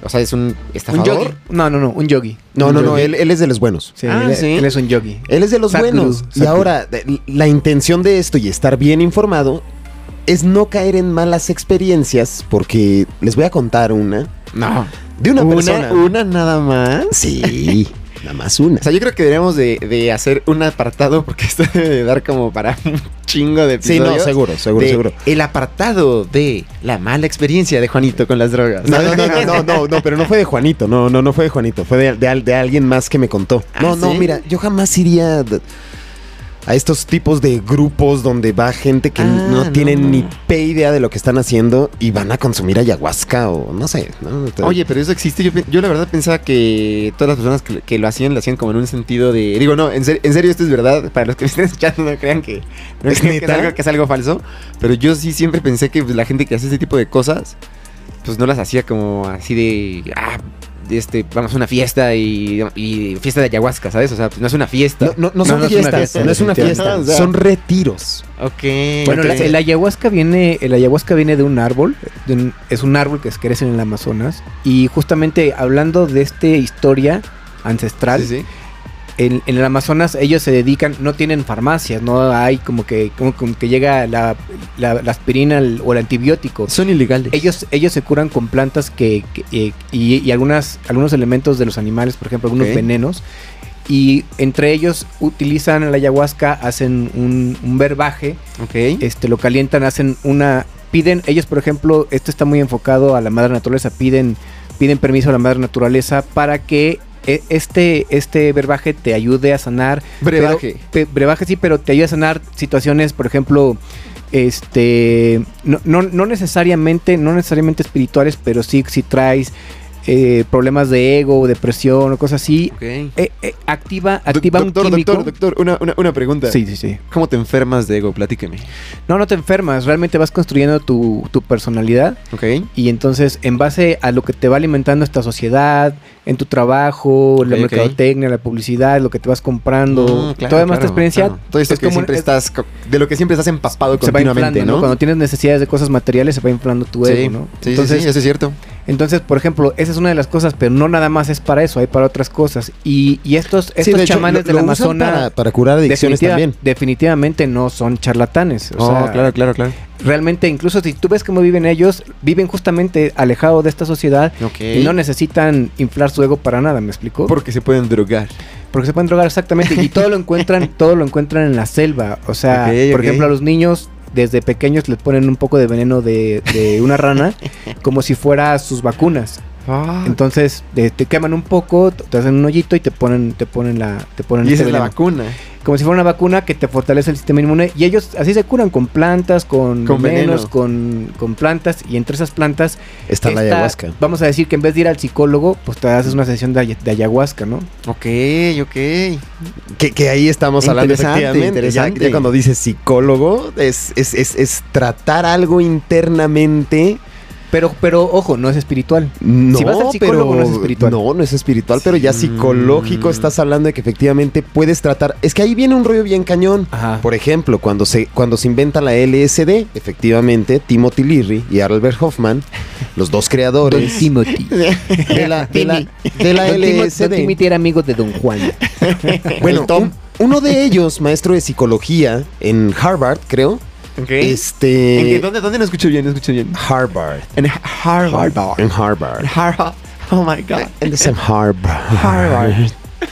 O sea, es un
¿Un
estafador.
yogi? No, no, no, un yogi.
No,
Un
no, no,
yogi.
él, él es de los buenos.
Sí,
Ah,
él,
sí.
él es un yogi.
Él es de los
Sadhguru,
buenos. Y
sadhguru.
ahora, de- la intención de esto y estar bien informado es no caer en malas experiencias, porque les voy a contar una
No.
de Ah. una,
una,
persona.
una nada más.
Sí, nada más una.
O sea, yo creo que deberíamos de, de hacer un apartado porque esto debe de dar como para un chingo de
Sí,
episodios.
no, seguro, seguro,
de
seguro.
El apartado de la mala experiencia de Juanito con las drogas.
No, no, no, no, no, no, no, pero no fue de Juanito, no, no, no fue de Juanito, fue de, de al- de alguien más que me contó.
¿Ah,
No, no,
sí?
mira, yo jamás iría d- a estos tipos de grupos donde va gente que
Ah,
no tienen
no.
ni pe idea de lo que están haciendo y van a consumir ayahuasca o no sé. ¿no? Te-
Oye, pero eso existe. Yo, pe- yo la verdad pensaba que todas las personas que, que lo hacían, lo hacían como en un sentido de. Digo, no, en, ser- en serio, esto es verdad. Para los que me estén escuchando, no crean que, no
¿Es
crean que, es
neta?
algo, que es algo falso. Pero yo sí siempre pensé que pues, la gente que hace ese tipo de cosas, pues no las hacía como así de. Ah, de este, vamos a una fiesta y, y fiesta de ayahuasca, ¿sabes? O sea, pues, no es una fiesta.
no, no, no
No,
son
no es una
fiestas,
fiesta,
no es una
definitivamente.
fiesta,
No, o sea-
son retiros.
Ok.
Bueno,
ok.
la- el ayahuasca viene, el ayahuasca viene de un árbol, de un- es un árbol que crece en el Amazonas y justamente hablando de esta historia ancestral,
Sí, sí.
En, en el Amazonas ellos se dedican, no tienen farmacias, no hay como que como, como que llega la, la- la aspirina el- o el antibiótico.
Son ilegales.
Ellos, ellos se curan con plantas que, que- eh, y, y algunas, algunos elementos de los animales, por ejemplo, algunos
Ok.
venenos. Y entre ellos utilizan la ayahuasca, hacen un, un verbaje
Ok.
este, lo calientan, hacen una, piden, ellos por ejemplo, esto está muy enfocado a la madre naturaleza, piden, piden permiso a la madre naturaleza para que eh, este, este brebaje te ayude a sanar. pero-
Brebaje.
pe- brebaje sí, pero te ayuda a sanar situaciones, por ejemplo, este, no, no, no necesariamente, no necesariamente espirituales, pero sí si traes eh, problemas de ego, depresión o cosas así.
Ok.
eh, eh, activa activa
Do- doctor,
un químico.
doctor, doctor, una, una, una pregunta.
Sí, sí, sí.
¿Cómo te enfermas de ego? Platíqueme.
No, no te enfermas, realmente vas construyendo tu, tu personalidad
Ok.
y entonces en base a lo que te va alimentando esta sociedad, en tu trabajo, la
Ok, ok.
mercadotecnia, la publicidad, lo que te vas comprando,
Mm, claro,
toda más
claro,
esta experiencia
claro. Todo esto
es
que
como-
siempre
es-
estás, co- de lo que siempre estás empapado
se va
continuamente,
inflando, ¿no?
¿no?
Cuando tienes necesidades de cosas materiales se va inflando tu ego,
sí,
¿no?
sí,
entonces,
sí, sí, eso es cierto.
entonces, por ejemplo, esa es una de las cosas, pero no nada más es para eso, hay para otras cosas. Y, y estos, estos
Sí, de hecho,
chamanes
lo-
del
lo usan
Amazonas
para, para curar adicciones
definitiva-
también.
definitivamente no son charlatanes. O sea,
Oh, claro, claro.
realmente incluso si tú ves cómo viven ellos, viven justamente alejados de esta sociedad
Ok.
y no necesitan inflar su ego para nada, ¿me explicó?
Porque se pueden drogar.
Porque se pueden drogar exactamente y todo lo encuentran, todo lo encuentran en la selva, o sea,
Ok,
por
ok.
ejemplo a los niños desde pequeños les ponen un poco de veneno de, de una rana como si fuera sus vacunas.
Ah.
Entonces eh, te queman un poco, te hacen un hoyito y te ponen, te ponen la, te ponen
y
este
esa es la
veneno.
vacuna.
como si fuera una vacuna que te fortalece el sistema inmune y ellos así se curan con plantas, con,
Con
venenos,
veneno.
con, con plantas y entre esas plantas
Está la
esta-
ayahuasca.
Vamos a decir que en vez de ir al psicólogo, pues te haces una sesión de, ay- de ayahuasca, ¿no?
Ok, ok.
Que, que ahí estamos hablando
Interesante,
efectivamente.
interesante.
Ya, ya cuando dices psicólogo, es, es- es- es tratar algo internamente
Pero, pero ojo, no es espiritual.
No,
Si vas al psicólogo,
pero-
no es espiritual. Mm.
No, no es espiritual, pero ya psicológico estás hablando de que efectivamente puedes tratar. Es que ahí viene un rollo bien cañón.
Ajá.
Por ejemplo, cuando se, cuando se inventa la LSD, efectivamente, Timothy Leary y Albert Hoffman, los dos
Don
creadores
Timothy.
de la, de la, de la
Don Timo- Don
LSD.
Timothy era amigo de Don Juan.
Bueno, un- uno de ellos, maestro de psicología en Harvard, creo.
Ok.
Este.
¿En qué? ¿Dónde, ¿Dónde no escucho bien? No escucho bien.
Harvard.
En Harvard.
En Harvard.
En Harvard. Oh my God.
En the same Harvard.
Harvard.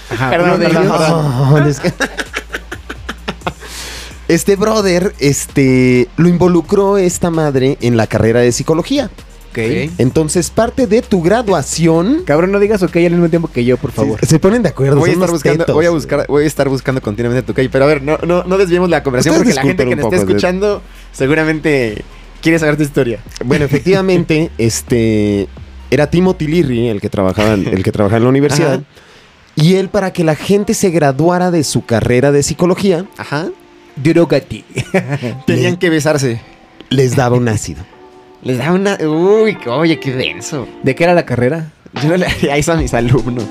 Ajá,
Perdón,
uno de
perdón,
ellos-
perdón.
Ah, es que- Este brother, este, lo involucró esta madre en la carrera de psicología.
Ok.
Entonces, parte de tu graduación,
Cabrón, no digas ok al mismo tiempo que yo, por favor.
se, se ponen de acuerdo.
Voy a,
son
estar
unos
buscando,
tetos.
voy, a buscar, voy a estar buscando continuamente tu calle. Pero a ver, no, no, no desviemos la conversación
Ustedes
porque la gente que
disculpen
nos
un
está
poco, de-
escuchando seguramente quiere saber tu historia.
Bueno, efectivamente, este, era Timothy Leary el que trabajaba, en- el que trabajaba en la universidad.
Ajá.
Y él, para que la gente se graduara de su carrera de psicología,
Ajá.
Drogati.
Tenían que besarse.
les daba un ácido.
Les da una. Uy, oye, qué denso.
¿De qué era la carrera?
Yo no le haría eso a mis alumnos.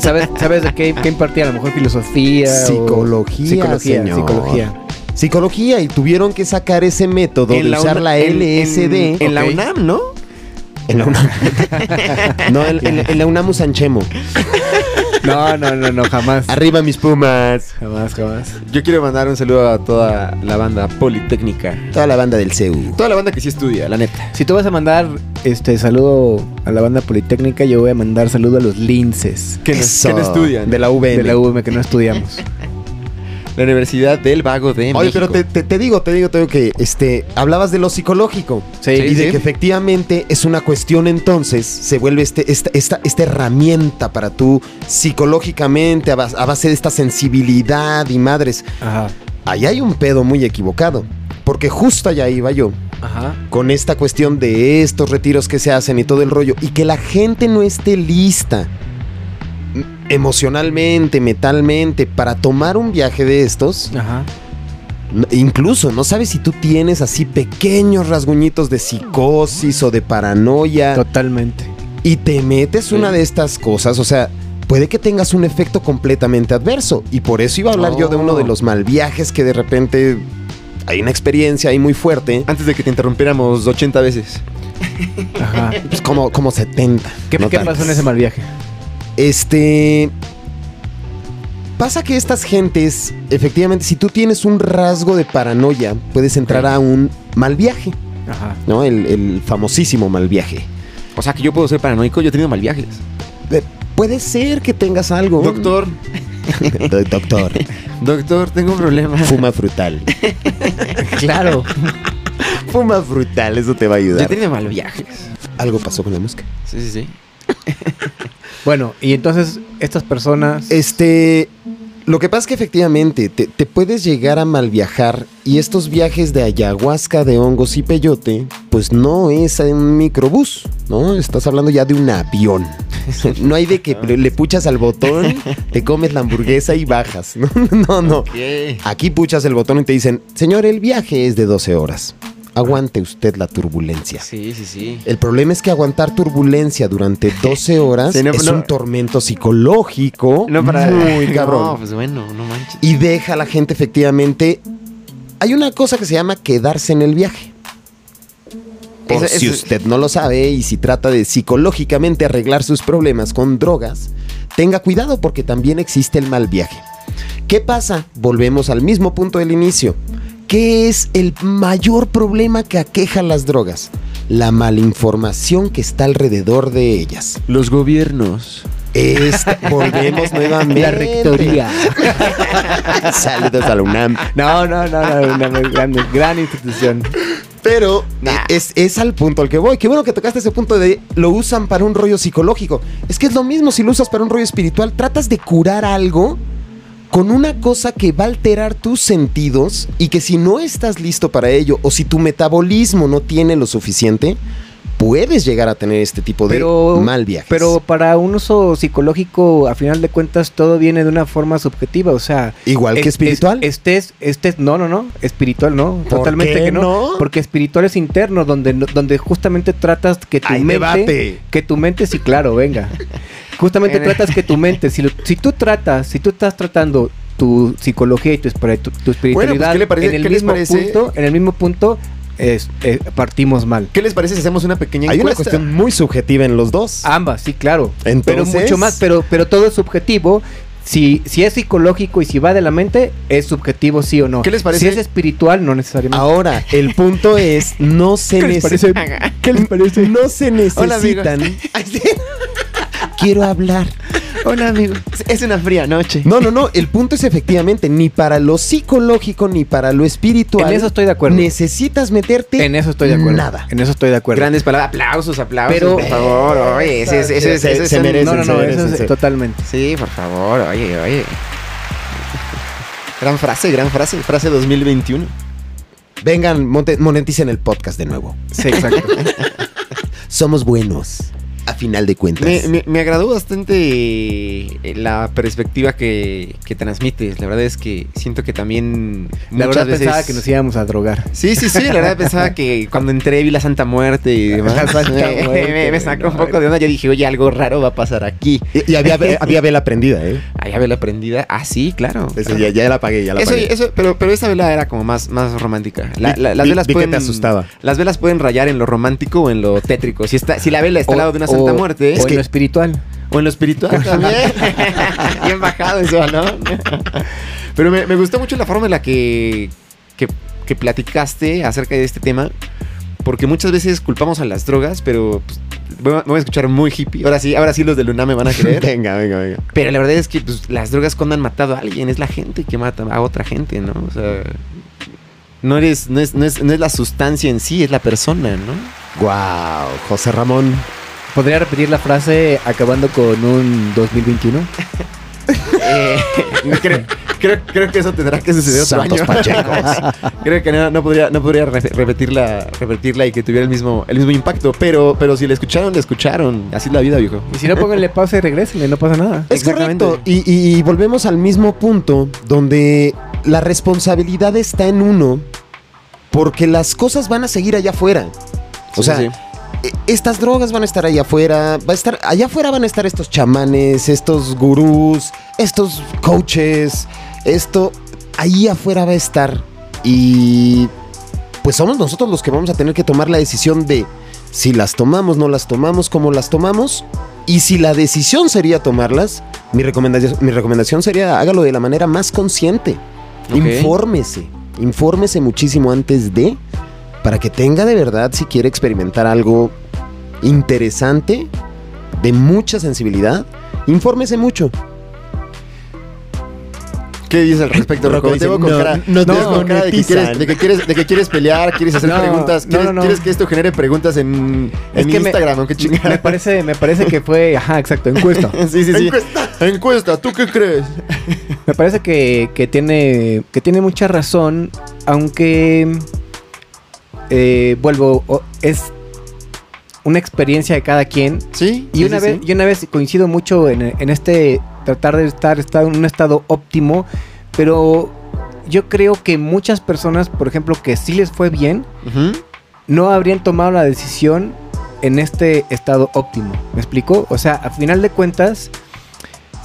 ¿Sabes, sabes de qué, qué impartía? A lo mejor filosofía. o-
Psicología,
Psicología,
señor.
psicología.
Psicología, y tuvieron que sacar ese método de usar
UNAM-
la
en-
LSD.
En, en la
Ok.
UNAM, ¿no?
En la UNAM. no, en, en la- en la UNAM Sanchemo.
No, no, no, no, jamás.
Arriba mis pumas.
Jamás, jamás.
Yo quiero mandar un saludo a toda la banda politécnica.
Toda la banda del CEU.
Toda la banda que sí estudia, la neta.
Si tú vas a mandar este saludo a la banda politécnica, yo voy a mandar saludo a los linces
Que no,
Eso.
que no estudian.
De la UVM.
de la UVM que no estudiamos.
La Universidad del Vago de
Oye,
México.
pero te, te- te digo, te digo, te digo que este, hablabas de lo psicológico.
Sí,
y de
sí.
que efectivamente es una cuestión entonces, se vuelve este, esta, esta, esta herramienta para tú psicológicamente, a bas- a base de esta sensibilidad y madres.
Ajá.
Ahí hay un pedo muy equivocado. Porque justo allá iba yo.
Ajá.
con esta cuestión de estos retiros que se hacen y todo el rollo, y que la gente no esté lista m- emocionalmente, mentalmente, para tomar un viaje de estos,
Ajá.
n- incluso no sabes si tú tienes así pequeños rasguñitos de psicosis o de paranoia,
Totalmente.
y te metes una de estas cosas, o sea... Puede que tengas un efecto completamente adverso. Y por eso iba a hablar yo de
Oh.
uno de los mal viajes que de repente hay una experiencia ahí muy fuerte.
Antes de que te interrumpiéramos 80 veces.
Ajá.
Pues como, como 70.
¿Qué,
no
qué
tantas.
pasó en ese mal viaje?
Este. Pasa que estas gentes, efectivamente, si tú tienes un rasgo de paranoia, puedes entrar a un mal viaje,
Ajá.
¿no? El, el famosísimo mal viaje.
O sea, que yo puedo ser paranoico, yo he tenido mal viajes.
Eh, Puede ser que tengas algo.
Doctor,
Do- doctor.
doctor, tengo un problema.
Fuma frutal.
Claro.
Fuma frutal, eso te va a
Yo he
ayudar.
tenido mal viajes.
Algo pasó con la música.
Sí, sí, sí.
Bueno, y entonces estas personas.
Este. Lo que pasa es que efectivamente te, te puedes llegar a mal viajar y estos viajes de ayahuasca, de hongos y peyote, pues no es un microbús, ¿no? Estás hablando ya de un avión. No hay de que le, le puchas al botón, te comes la hamburguesa y bajas. No, no, no.
¿Qué?
Aquí puchas el botón y te dicen, señor, el viaje es de 12 horas. Aguante usted la turbulencia.
Sí, sí, sí.
El problema es que aguantar turbulencia durante 12 horas
Sí, no,
es
no.
un tormento psicológico
No para.
muy cabrón.
No, pues bueno, no manches.
Y deja a la gente efectivamente... Hay una cosa que se llama quedarse en el viaje. Por
Eso-
si
eso-
usted no lo sabe y si trata de psicológicamente arreglar sus problemas con drogas, tenga cuidado porque también existe el mal viaje. ¿Qué pasa? Volvemos al mismo punto del inicio. ¿Qué es el mayor problema que aqueja las drogas? La malinformación que está alrededor de ellas.
Los gobiernos.
Esta- volvemos nuevamente.
La rectoría.
Saludos a la UNAM.
No, no, no, no, una gran, gran institución.
Pero eh, es, es al punto al que voy. Qué bueno que tocaste ese punto de lo usan para un rollo psicológico. Es que es lo mismo si lo usas para un rollo espiritual. Tratas de curar algo con una cosa que va a alterar tus sentidos y que si no estás listo para ello o si tu metabolismo no tiene lo suficiente, puedes llegar a tener este tipo de
Pero-
mal viajes.
Pero para un uso psicológico, a final de cuentas, todo viene de una forma subjetiva, o sea...
Igual
es- este
que
es-
espiritual.
estés, estés, no, no, no, espiritual no,
¿Por
totalmente
qué
que no,
no?
Porque espiritual es interno, donde, no- donde justamente tratas que tu
Hay
mente...
debate.
Que tu mente, sí, claro, venga. Justamente tratas que tu mente, si, lo- si tú tratas, si tú estás tratando tu psicología y tu, espiri- tu- tu espiritualidad
pues, ¿qué le parece-
en, el
qué les
mismo
parece?
punto, en el mismo punto, es- eh, partimos mal.
¿Qué les parece si hacemos una pequeña
Hay una
encuesta?
cuestión muy subjetiva en los dos.
Ambas, sí, claro.
Entonces-
Ah, pero mucho más, pero, pero todo es subjetivo. Si, si es psicológico y si va de la mente, es subjetivo sí o no.
¿Qué les parece?
Si es espiritual, no necesariamente.
Ahora, el punto es, no se necesitan.
¿Qué les parece?
No se
Hola, amigos.
necesitan. Quiero hablar.
Hola, amigo. Es una fría noche.
No, no, no. El punto es efectivamente, ni para lo psicológico ni para lo espiritual.
En eso estoy de acuerdo.
este
Necesitas meterte.
e-
En eso estoy de acuerdo.
Nada.
En eso estoy de acuerdo.
Grandes palabras. Aplausos, aplausos.
Pero-
por favor, oye. Ese, ese, ese,
Se-
ese
se
son-
merecen,
no, no, no,
se
eso
merecen,
es
sí.
totalmente.
Sí, por favor, oye, oye. Gran frase, gran frase. Frase 2021.
Vengan, monte- moneticen el podcast de nuevo.
Sí, exacto.
Somos buenos. A final de cuentas.
Me, me- me agradó bastante la perspectiva que, que transmites. La verdad es que siento que también
la verdad
muchas veces...
pensaba que nos íbamos a drogar.
Sí, sí, sí, la verdad pensaba que cuando entré vi la Santa Muerte y demás,
La Santa
me-
Muerte,
me, me
güey,
sacó
no,
un poco de onda. Yo dije, oye, algo raro va a pasar aquí.
Y, y había, había vela prendida, ¿eh?
Allá vela prendida. Ah, sí, claro.
Ese ya, ya la apagué, ya la
Eso,
apagué.
eso, pero, pero esa vela era como más, más romántica. La- la- las
Vi-
velas
vi que
pueden,
te asustaba.
Las velas pueden rayar en lo romántico o en lo tétrico. Si, está, si la vela está al Este lado de una Santa
o-
Muerte,
O en lo espiritual.
O en lo espiritual Pues también. Bien bajado ese balón. Pero me, me gustó mucho la forma en la que, que, que platicaste acerca de este tema. Porque muchas veces culpamos a las drogas, pero pues, voy, a, me voy a escuchar muy hippie. Ahora sí, ahora sí los de Luna me van a creer.
venga, venga, venga.
pero la verdad es que pues, las drogas cuando han matado a alguien, es la gente que mata a otra gente, ¿no? O sea, no, eres, no, es, no, es, no es la sustancia en sí, es la persona, ¿no?
Guau, José Ramón.
¿Podría repetir la frase acabando con un 2021?
Eh, creo, creo, creo que eso tendrá que suceder otro
Santos
año.
Pachecos.
creo que no, no podría, no podría re- repetirla, repetirla y que tuviera el mismo, el mismo impacto. Pero, pero si la escucharon, la escucharon. Así es la vida, viejo.
Y si no, pónganle pausa y regresenle, no pasa nada.
Es
Exactamente.
correcto. Y, y- y volvemos al mismo punto donde la responsabilidad está en uno porque las cosas van a seguir allá afuera. O
Sí,
sea,
sí.
e- estas drogas van a estar allá afuera, va a estar allá afuera van a estar estos chamanes, estos gurús, estos coaches, esto ahí afuera va a estar y pues somos nosotros los que vamos a tener que tomar la decisión de si las tomamos, no las tomamos, cómo las tomamos y si la decisión sería tomarlas, mi recomendación, mi recomendación sería hágalo de la manera más consciente.
Ok.
Infórmese, infórmese muchísimo antes de para que tenga de verdad si quiere experimentar algo interesante, de mucha sensibilidad, infórmese mucho.
¿Qué dices al respecto, Rocco?
Rocco
Te
dice,
veo con
"No,
cara,
nos
te veo con cara de, que
desmonetizan".
quieres, de que quieres- de que quieres pelear, quieres hacer
No,
preguntas,
no,
quieres,
no, no.
quieres que esto genere preguntas en, en
que me-
Instagram, aunque
Me
chingada.
parece, me parece que fue, ajá, exacto, encuesta.
Sí, sí, sí. Encuesta. Encuesta, ¿tú qué crees?
Me parece que, que tiene, que tiene mucha razón, aunque eh, vuelvo, o- es una experiencia de cada quien.
Sí.
Y una, vez, y una vez coincido mucho en, en este tratar de estar, estar en un estado óptimo, pero yo creo que muchas personas, por ejemplo, que sí les fue bien, no habrían tomado la decisión en este estado óptimo. ¿Me explico? O sea, a final de cuentas...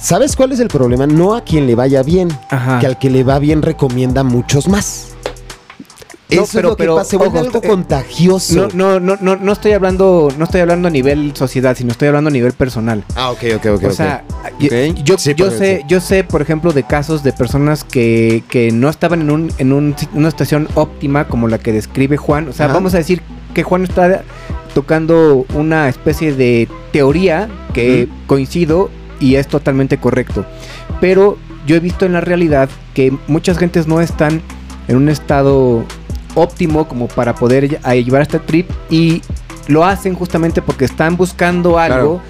¿Sabes cuál es el problema? No a quien le vaya bien,
Ajá.
que al que le va bien recomienda muchos más.
No,
Eso
pero-
es lo que
pero,
pasa, se vuelve
ojo,
algo
eh,
contagioso.
No, no, no, no, no estoy hablando, no estoy hablando a nivel sociedad, sino estoy hablando a nivel personal.
Ah, ok, ok, ok.
o sea, y-
Ok.
yo,
Sí,
yo
porque-
sé, yo sé, por ejemplo, de casos de personas que, que no estaban en un, en un- una estación óptima como la que describe Juan. O sea,
Ajá.
vamos a decir que Juan está tocando una especie de teoría que coincido y es totalmente correcto. Pero yo he visto en la realidad que muchas gentes no están en un estado óptimo como para poder lle- a llevar este trip y lo hacen justamente porque están buscando algo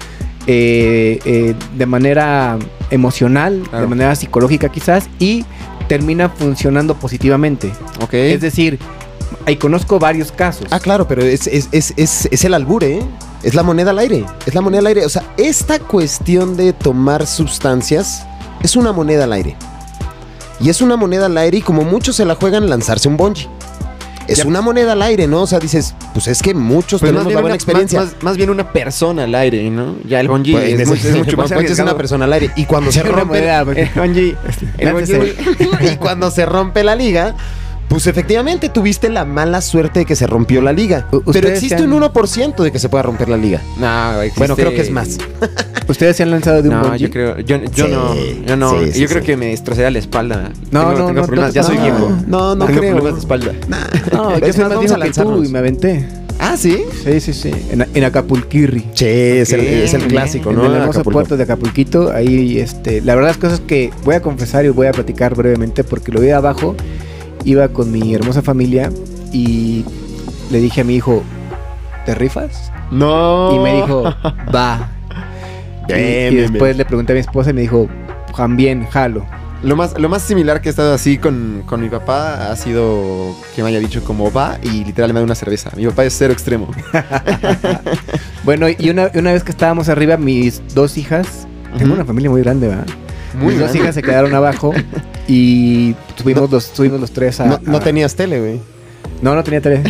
eh, eh, de manera emocional,
Claro.
de manera psicológica quizás y termina funcionando positivamente.
Ok.
Es decir, Ahí conozco varios casos.
Ah, claro, pero es, es, es, es, es el albure, ¿eh? Es la moneda al aire. Es la moneda al aire. O sea, esta cuestión de tomar sustancias es una moneda al aire. Y es una moneda al aire y como muchos se la juegan, lanzarse un bungee. Es
Ya.
una moneda al aire, ¿no? O sea, dices, pues es que muchos
Pues más
tenemos
bien
la buena
una-
experiencia.
más- más- más bien una persona al aire, ¿no? Ya el bungee
Pues,
es,
es,
mu- es mucho más
es
arriesgado.
una Este, persona al aire. Y cuando se
Una
rompe...
moneda,
El bungee, el
Láncese.
bungee-
y cuando se rompe la liga, pues efectivamente tuviste la mala suerte de que se rompió la liga.
U-
Pero
ustedes
existe
se han-
un 1% de que se pueda romper la liga.
No, existe-
Bueno, creo
Este,
que es más.
¿Ustedes se han lanzado de un
No,
bungee?
yo creo, yo, yo
Sí,
no, yo no,
sí, sí,
yo creo
sí.
que me destrocé la espalda.
No, no, no,
problemas,
no,
ya soy
no,
viejo.
no, no
tengo
creo.
problemas de espalda.
No, yo soy más
Es más, vamos
viejo
a
que tú
lanzarnos.
y me aventé.
Ah, sí.
Sí, sí, sí. En, en Acapulquirri.
Che, es el,
Ok,
es el
muy
clásico,
en
¿no?
el hermoso
Acapulco.
puerto de Acapulquito. Ahí, este, la verdad, las cosas que voy a confesar y voy a platicar brevemente porque lo vi abajo. Iba con mi hermosa familia y le dije a mi hijo, ¿te rifas?
No.
Y me dijo, va. Y, y
Bien, bien,
después le pregunté a mi esposa y me dijo, también, jalo.
Lo más, lo más similar que he estado así con, con mi papá ha sido que me haya dicho como va y literal me da una cerveza. Mi papá es cero extremo.
Bueno, y una, una vez que estábamos arriba, mis dos hijas, tengo
Ujú.
una familia muy grande, ¿verdad?
Muy
mis dos
grande.
hijas se quedaron abajo y subimos, los, subimos los tres a...
No, no
a-
tenías tele, güey.
No, no tenía tele.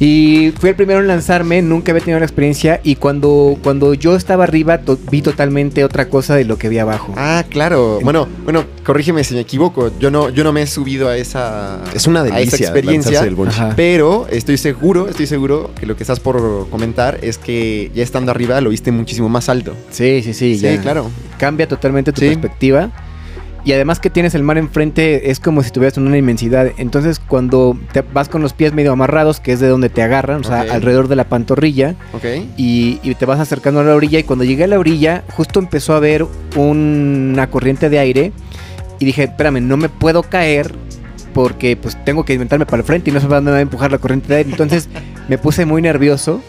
y fui el primero en lanzarme, nunca había tenido la experiencia y cuando, cuando yo estaba arriba to- vi totalmente otra cosa de lo que vi abajo.
Ah, claro. Bueno, bueno, corrígeme si me equivoco. Yo no, yo no me he subido a esa,
Es una
a esa
delicia
experiencia.
lanzarse del bungee.
Ajá.
Pero estoy seguro, estoy seguro que lo que estás por comentar es que ya estando arriba lo viste muchísimo más alto.
Sí, sí, sí.
Sí,
ya.
claro.
Cambia totalmente tu
Sí.
perspectiva. Y además que tienes el mar enfrente, es como si tuvieras una inmensidad. Entonces, cuando te vas con los pies medio amarrados, que es de donde te agarran, o sea,
Ok.
alrededor de la pantorrilla,
Ok.
y, y te vas acercando a la orilla y cuando llegué a la orilla justo empezó a haber una corriente de aire y dije, espérame, no me puedo caer porque pues tengo que inventarme para el frente y no sé para dónde me va a empujar la corriente de aire. Entonces me puse muy nervioso.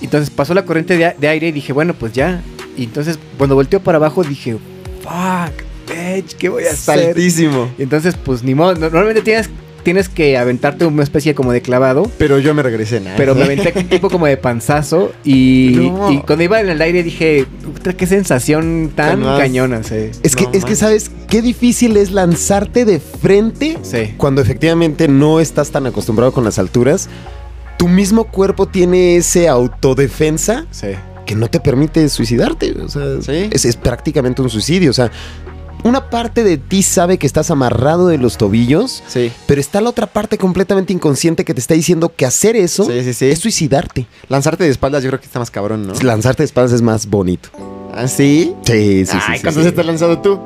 Entonces pasó la corriente de, a- de aire y dije, bueno, pues ya. Y entonces cuando volteó para abajo dije, fuck, bitch, ¿qué voy a hacer?
Saltísimo.
Y entonces pues ni modo, no- normalmente tienes, tienes que aventarte una especie como de clavado.
Pero yo me regresé, nada.
Pero me aventé tipo como de panzazo y,
No.
y cuando iba en el aire dije, "Puta, qué sensación tan
Además-
cañona, sí.
Es que,
No
es que,
manches.
¿sabes qué difícil es lanzarte de frente
Sí.
cuando efectivamente no estás tan acostumbrado con las alturas? Tu mismo cuerpo tiene ese autodefensa
Sí.
que no te permite suicidarte. O sea,
Sí.
es, es prácticamente un suicidio. O sea, una parte de ti sabe que estás amarrado de los tobillos,
Sí.
pero está la otra parte completamente inconsciente que te está diciendo que hacer eso
Sí, sí, sí.
es suicidarte.
Lanzarte de espaldas yo creo que está más cabrón, ¿no?
Lanzarte de espaldas es más bonito.
¿Ah, sí?
Sí, sí, sí.
Ay,
sí,
¿cuántas
sí.
estás lanzado tú?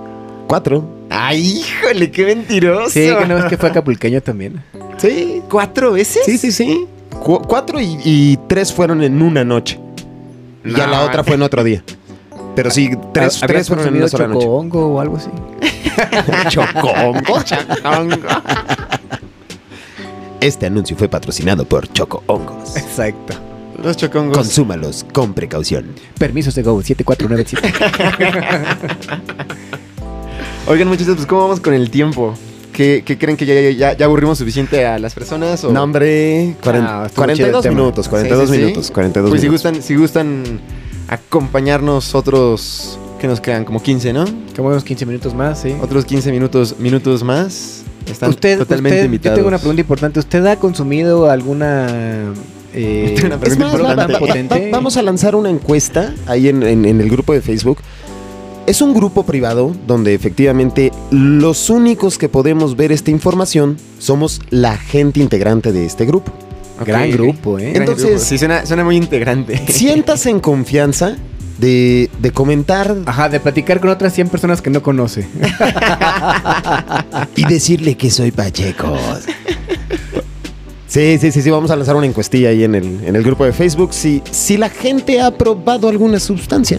Cuatro.
Ay, híjole, qué mentiroso.
Sí, que no es que fue acapulqueño también.
Sí.
¿Cuatro veces?
Sí, sí, sí. Cu- cuatro y, y tres fueron en una noche. Y ya
No,
la otra fue en otro día. Pero sí, tres,
Ha- ¿habías
tres fueron en una
consumido
sola noche.
chocohongo o algo así.
Chocongo.
Chango.
Este anuncio fue patrocinado por Choco Hongos.
Exacto.
Los chocongos.
Consúmalos con precaución.
Permisos de Go 7497.
Oigan, muchachos, pues ¿cómo vamos con el tiempo? ¿Qué, qué creen que ya, ya- ya, ya aburrimos suficiente a las personas? o-
No, hombre. cuaren-
Ah, estuvo chido el
42
tema.
minutos, 42
Sí, sí, sí.
minutos, 42
Pues si
minutos.
gustan, si gustan acompañarnos otros que nos quedan como 15, ¿no?
como unos 15 minutos más, sí.
Otros 15 minutos, minutos más. Están
Usted,
totalmente
usted- yo
invitados.
tengo una pregunta importante. ¿Usted ha consumido alguna eh,
Tengo una
Es
pregunta
más, va-
importante.
va- va-
potente?
va- vamos a lanzar una encuesta ahí en, en- en el grupo de Facebook. Es un grupo privado donde efectivamente los únicos que podemos ver esta información somos la gente integrante de este grupo.
Ok.
Gran grupo, ¿eh?
Gran grupo.
Entonces-
sí, suena, suena muy integrante.
Siéntase en confianza de, de comentar
Ajá, de platicar con otras 100 personas que no conoce.
y decirle que soy Pacheco. Sí, sí, sí, sí, vamos a lanzar una encuestilla ahí en el, en el grupo de Facebook. Si, si la gente ha probado alguna sustancia,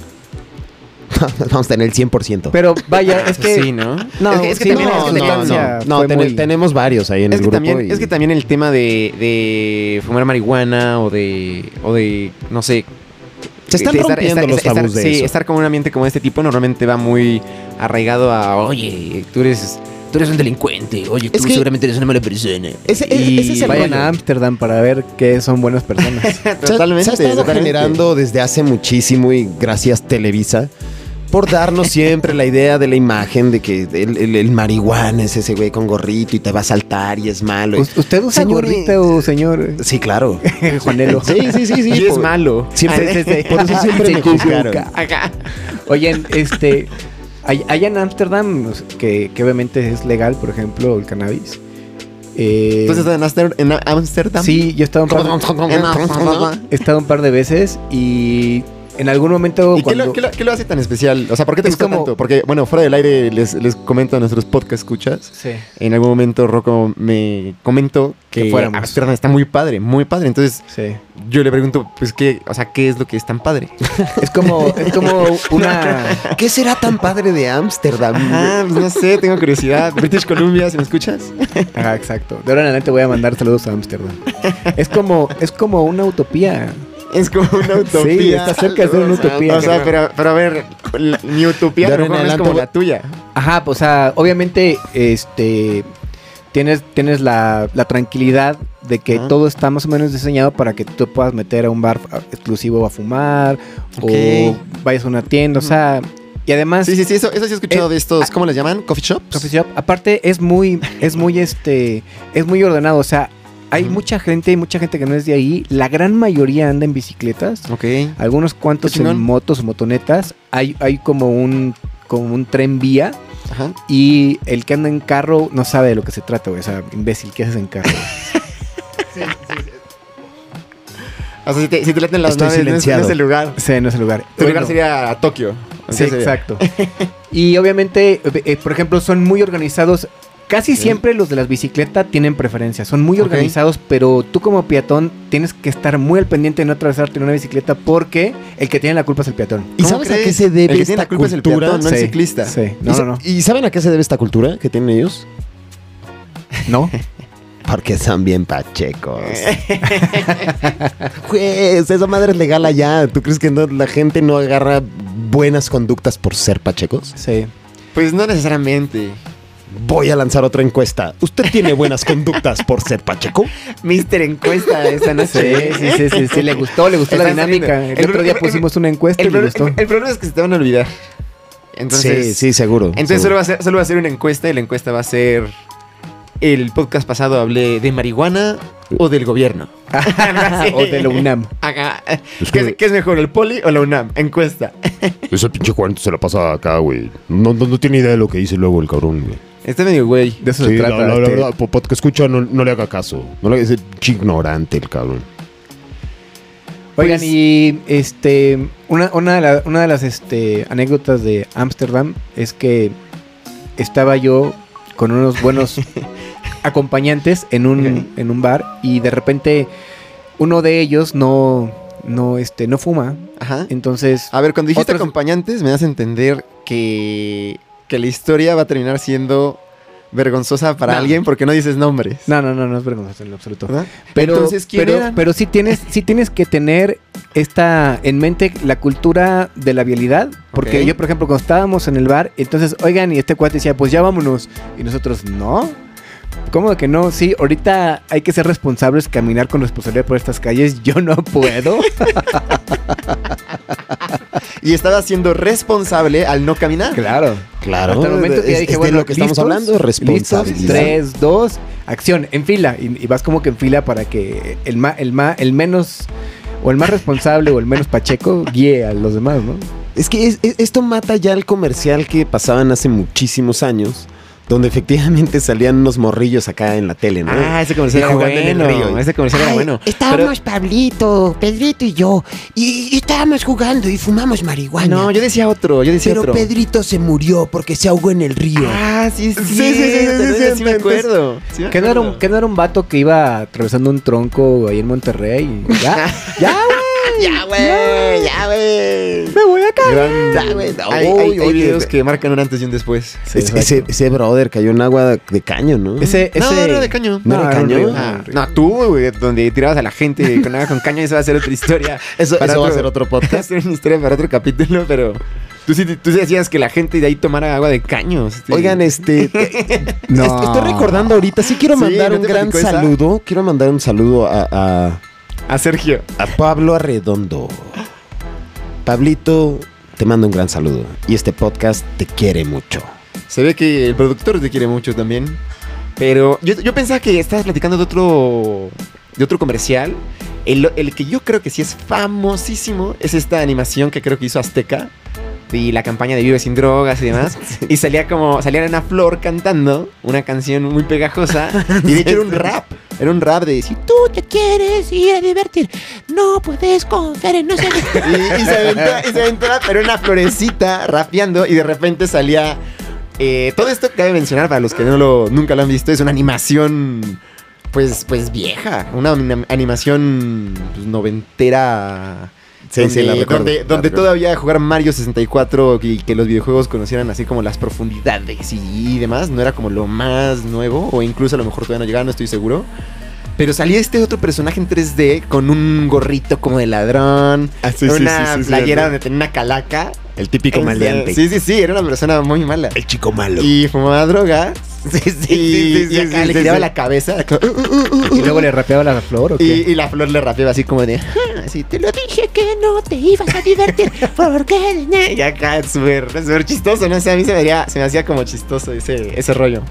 vamos a tener el 100%.
Pero vaya, es que
sí, ¿no?
No,
es que, es que
sí,
también
no,
la
no,
sustancia-
no,
no,
fue
ten-
muy-
tenemos varios ahí en
Es
el
que,
grupo.
también,
y-
es que también el tema de, de fumar marihuana o de, o de, no sé,
se están
de estar-
rompiendo
estar-
los
estar-
tabús de
sí,
eso.
estar con un ambiente como este tipo normalmente va muy arraigado a, oye, tú eres
tú eres un delincuente, oye, tú
Es que-
seguramente eres una mala persona.
Ese, e-
Y
ese es el
Vayan
rollo.
a Ámsterdam para ver que son buenas personas.
Se ha- Se ha estado generando desde hace muchísimo y gracias Televisa por darnos siempre la idea de la imagen de que el, el- el marihuana es ese güey con gorrito y te va a saltar y es malo. y-
¿Us- ¿Usted usa
Señor,
gorrita o señor
Sí, claro.
eh, Juanelo?
Sí, sí, sí, sí.
Y es
por- Ah,
malo.
Siempre,
Sí, sí, sí.
Por eso siempre
Se
me
equivoca.
juzgaron.
Acá.
Oye, en- este, all- allá en Ámsterdam, o sea, que, que obviamente es legal, por ejemplo, el cannabis. eh,
Entonces, en Amster- en Ámsterdam.
sí, yo he estado un par de,
En Ámsterdam.
he estado un par de veces y en algún momento
¿Y qué
cuando
lo, qué lo- qué lo hace tan especial? O sea, ¿por qué te
Es
gusta
como-
tanto? Porque, bueno, fuera del aire les, les comento a nuestros podcast escuchas.
Sí.
En algún momento Rocco me comentó que,
Que fuéramos.
Ámsterdam está muy padre, muy padre. Entonces
Sí.
yo le pregunto, pues, ¿qué, o sea, ¿qué es lo que es tan padre?
Es como, es como una.
¿Qué será tan padre de Ámsterdam?
Ah, pues no sé, tengo curiosidad. British Columbia, ¿si me escuchas?
Ajá, exacto. De ahora en adelante voy a mandar saludos a Ámsterdam. Es como, es como una utopía.
Es como una utopía.
Sí, está cerca de ser una utopía.
O sea, pero, pero a ver, la- mi utopía
De
no
ahora en
es
adelante
como
voy-
la tuya.
Ajá, pues, o sea, obviamente, este. Tienes, tienes la, la tranquilidad de que
Ajá.
todo está más o menos diseñado para que tú te puedas meter a un bar a- exclusivo a fumar
Ok.
o vayas a una tienda, o sea, y además
Sí, sí, sí, eso, eso sí he escuchado
Eh,
de estos, ¿cómo les llaman? ¿Coffee shops?
Coffee Shop, aparte es muy, es muy este, es muy ordenado, o sea, hay
Ujú.
mucha gente, hay mucha gente que no es de ahí, la gran mayoría anda en bicicletas,
Ok.
algunos cuantos
Qué chingón.
en motos o motonetas, hay, hay como un como un tren vía
Ajá.
y el que anda en carro no sabe de lo que se trata, güey. O sea, imbécil, ¿qué haces en carro?
O sea, si te, si te laten las
Estoy
naves, no es- no es
silenciado.
el lugar.
Ese no es el lugar.
Tu
Bueno,
lugar sería a Tokio.
Sí,
Ese-
exacto. y obviamente, eh, por ejemplo, son muy organizados. Casi siempre los de las bicicletas tienen preferencia. Son muy
Ok.
organizados, pero tú como peatón tienes que estar muy al pendiente de no atravesarte en una bicicleta porque el que tiene la culpa es el peatón.
¿Y
¿Cómo
sabes a qué
crees?
se debe
El que tiene
esta
la culpa es el
cultura?
peatón, no el
Sí,
ciclista.
Sí.
¿Y
No,
sa-
no, no.
¿Y saben a qué se debe esta cultura que tienen ellos?
No.
Porque son bien pachecos. Juez, esa madre es legal allá. ¿Tú crees que no- la gente no agarra buenas conductas por ser pachecos?
Sí.
Pues no necesariamente.
Voy a lanzar otra encuesta. ¿Usted tiene buenas conductas por ser pacheco?
Mister Encuesta esta
Sí,
noche.
sí, sí, sí, sí, le gustó, le gustó la
Están
dinámica.
saliendo.
El,
El
otro
pro-
día
el-
pusimos una encuesta
El,
y le
pro-
gustó.
el- el problema es que se te van a olvidar. Entonces,
sí, sí, seguro.
entonces solo
seguro.
va, a ser, solo va a ser una encuesta y la encuesta va a ser... El podcast pasado hablé de marihuana o del gobierno.
Ah, o de la UNAM.
Ajá.
Es
¿Qué, es-
que
qué es mejor, el poli o la UNAM? Encuesta.
ese pinche 40 se la pasa acá, güey. No, no, no tiene idea de lo que dice luego el cabrón, güey.
Está medio güey.
De eso
Sí,
se
la,
trata.
la- la
este,
verdad, por podcast escucha, no, no le haga caso. No le es pinche ignorante el cabrón.
Oigan,
Pues-
y este una, una de, la- una de las este, anécdotas de Ámsterdam es que estaba yo con unos buenos acompañantes en un,
Ok.
en un bar y de repente uno de ellos no, no, este, no fuma.
Ajá.
Entonces,
A ver, cuando dijiste
Otros-
acompañantes, me das a entender que, que la historia va a terminar siendo vergonzosa para
No.
alguien porque no dices nombres.
no, no, no, no es vergonzoso en lo absoluto.
¿verdad?
Pero,
Entonces, ¿quién
pero,
eran?
pero sí tienes, sí tienes que tener esta en mente la cultura de la vialidad. Porque
Ok.
yo, por ejemplo, cuando estábamos en el bar, entonces, oigan, y este cuate decía, pues ya vámonos. Y nosotros, no. ¿Cómo que no? Sí, ahorita hay que ser responsables, caminar con responsabilidad por estas calles. Yo no puedo.
Y estaba siendo responsable al no caminar.
claro.
Claro.
Hasta el momento que ya
es,
dije,
es
bueno,
de lo que estamos
¿listos?
hablando,
¿Listos?
responsabilidad.
Tres, dos, acción, en fila. Y, y vas como que en fila para que el, ma- el, ma- el menos... O el más responsable o el menos pacheco guíe a los demás, ¿no?
Es que es- es- esto mata ya el comercial que pasaban hace muchísimos años, donde efectivamente salían unos morrillos acá en la tele, ¿no?
Ah, ese comercial era
Qué
bueno.
bueno.
¿eh?
Ese comercial era
Ay,
bueno.
Estábamos Pablito, Pedrito y yo. Y, y estábamos jugando y fumamos marihuana.
No, yo decía otro, yo decía
pero
otro.
Pedrito se murió porque se ahogó en el río.
Ah, sí, sí, sí, sí, sí,
sí,
sí,
sí,
me
entonces-
acuerdo. Sí me
Que no, era un,
acuerdo.
que no era un vato que iba atravesando un tronco ahí en Monterrey. y ya, ya, güey.
Ya, güey, ya, güey.
Me voy a caer.
Gran-
güey, no,
Hay, hay-
uy,
hay
uy,
videos
que-
que marcan un antes y un después.
Sí,
Ese, ese-
exacto.
ese brother cayó en agua de caño, ¿no?
ese, ese,
No, no era de caño.
¿No era
un
cañón?
río,
Ah,
un río.
no, tú, güey, donde tirabas a la gente con, con caña, eso va a ser otra historia.
Eso,
Para
eso va a
otro-
ser otro
Va a
podcast.
ser una historia para otro capítulo, pero Tú sí, tú sí hacías que la gente de ahí tomara agua de caños. sí.
Oigan, este.
No.
est- Estoy recordando ahorita. Sí, quiero
Sí,
mandar
¿no
un
te
gran
platicó esa?
saludo. Quiero mandar un saludo a, a-
a Sergio.
a Pablo Arredondo. Pablito, te mando un gran saludo. Y este podcast te quiere mucho.
Se ve que el productor te quiere mucho también. Pero yo, yo pensaba que estabas platicando de otro, de otro comercial. El, el que yo creo que sí es famosísimo es esta animación que creo que hizo Azteca. Y la campaña de Vive sin drogas y demás. Y salía como, salía una flor cantando una canción muy pegajosa. Y de hecho era un rap. Era un rap de si tú
te quieres ir a divertir. No puedes confiar en nosotros.
Y, y se aventaba, y se aventaba, pero una florecita rapeando y de repente salía... eh, todo esto que cabe mencionar para los que no lo, nunca lo han visto, es una animación pues, pues vieja, una anim- animación pues, noventera...
Sí, sí, la recuerdo,
donde,
la
donde
recuerdo.
todavía jugar Mario 64 y que los videojuegos conocieran así como las profundidades y, y demás, no era como lo más nuevo, o incluso a lo mejor todavía no llegaba, no estoy seguro. Pero salía este otro personaje en 3D con un gorrito como de ladrón,
Ah,
una playera donde tenía una calaca.
El típico
Este,
maleante.
Sí, sí, sí, era una persona muy mala.
El chico malo.
Y fumaba drogas.
Sí, sí,
Y, y acá le quitaba la cabeza.
Ah, Y luego le rapeaba la flor o
Y,
qué?
y la flor le rapeaba así como de. "Ah", Así, te lo dije.
Dije que no te ibas a divertir. Porque
Y acá es súper súper chistoso, no sé, a mí se me, haría- se me hacía como chistoso ese, ese rollo.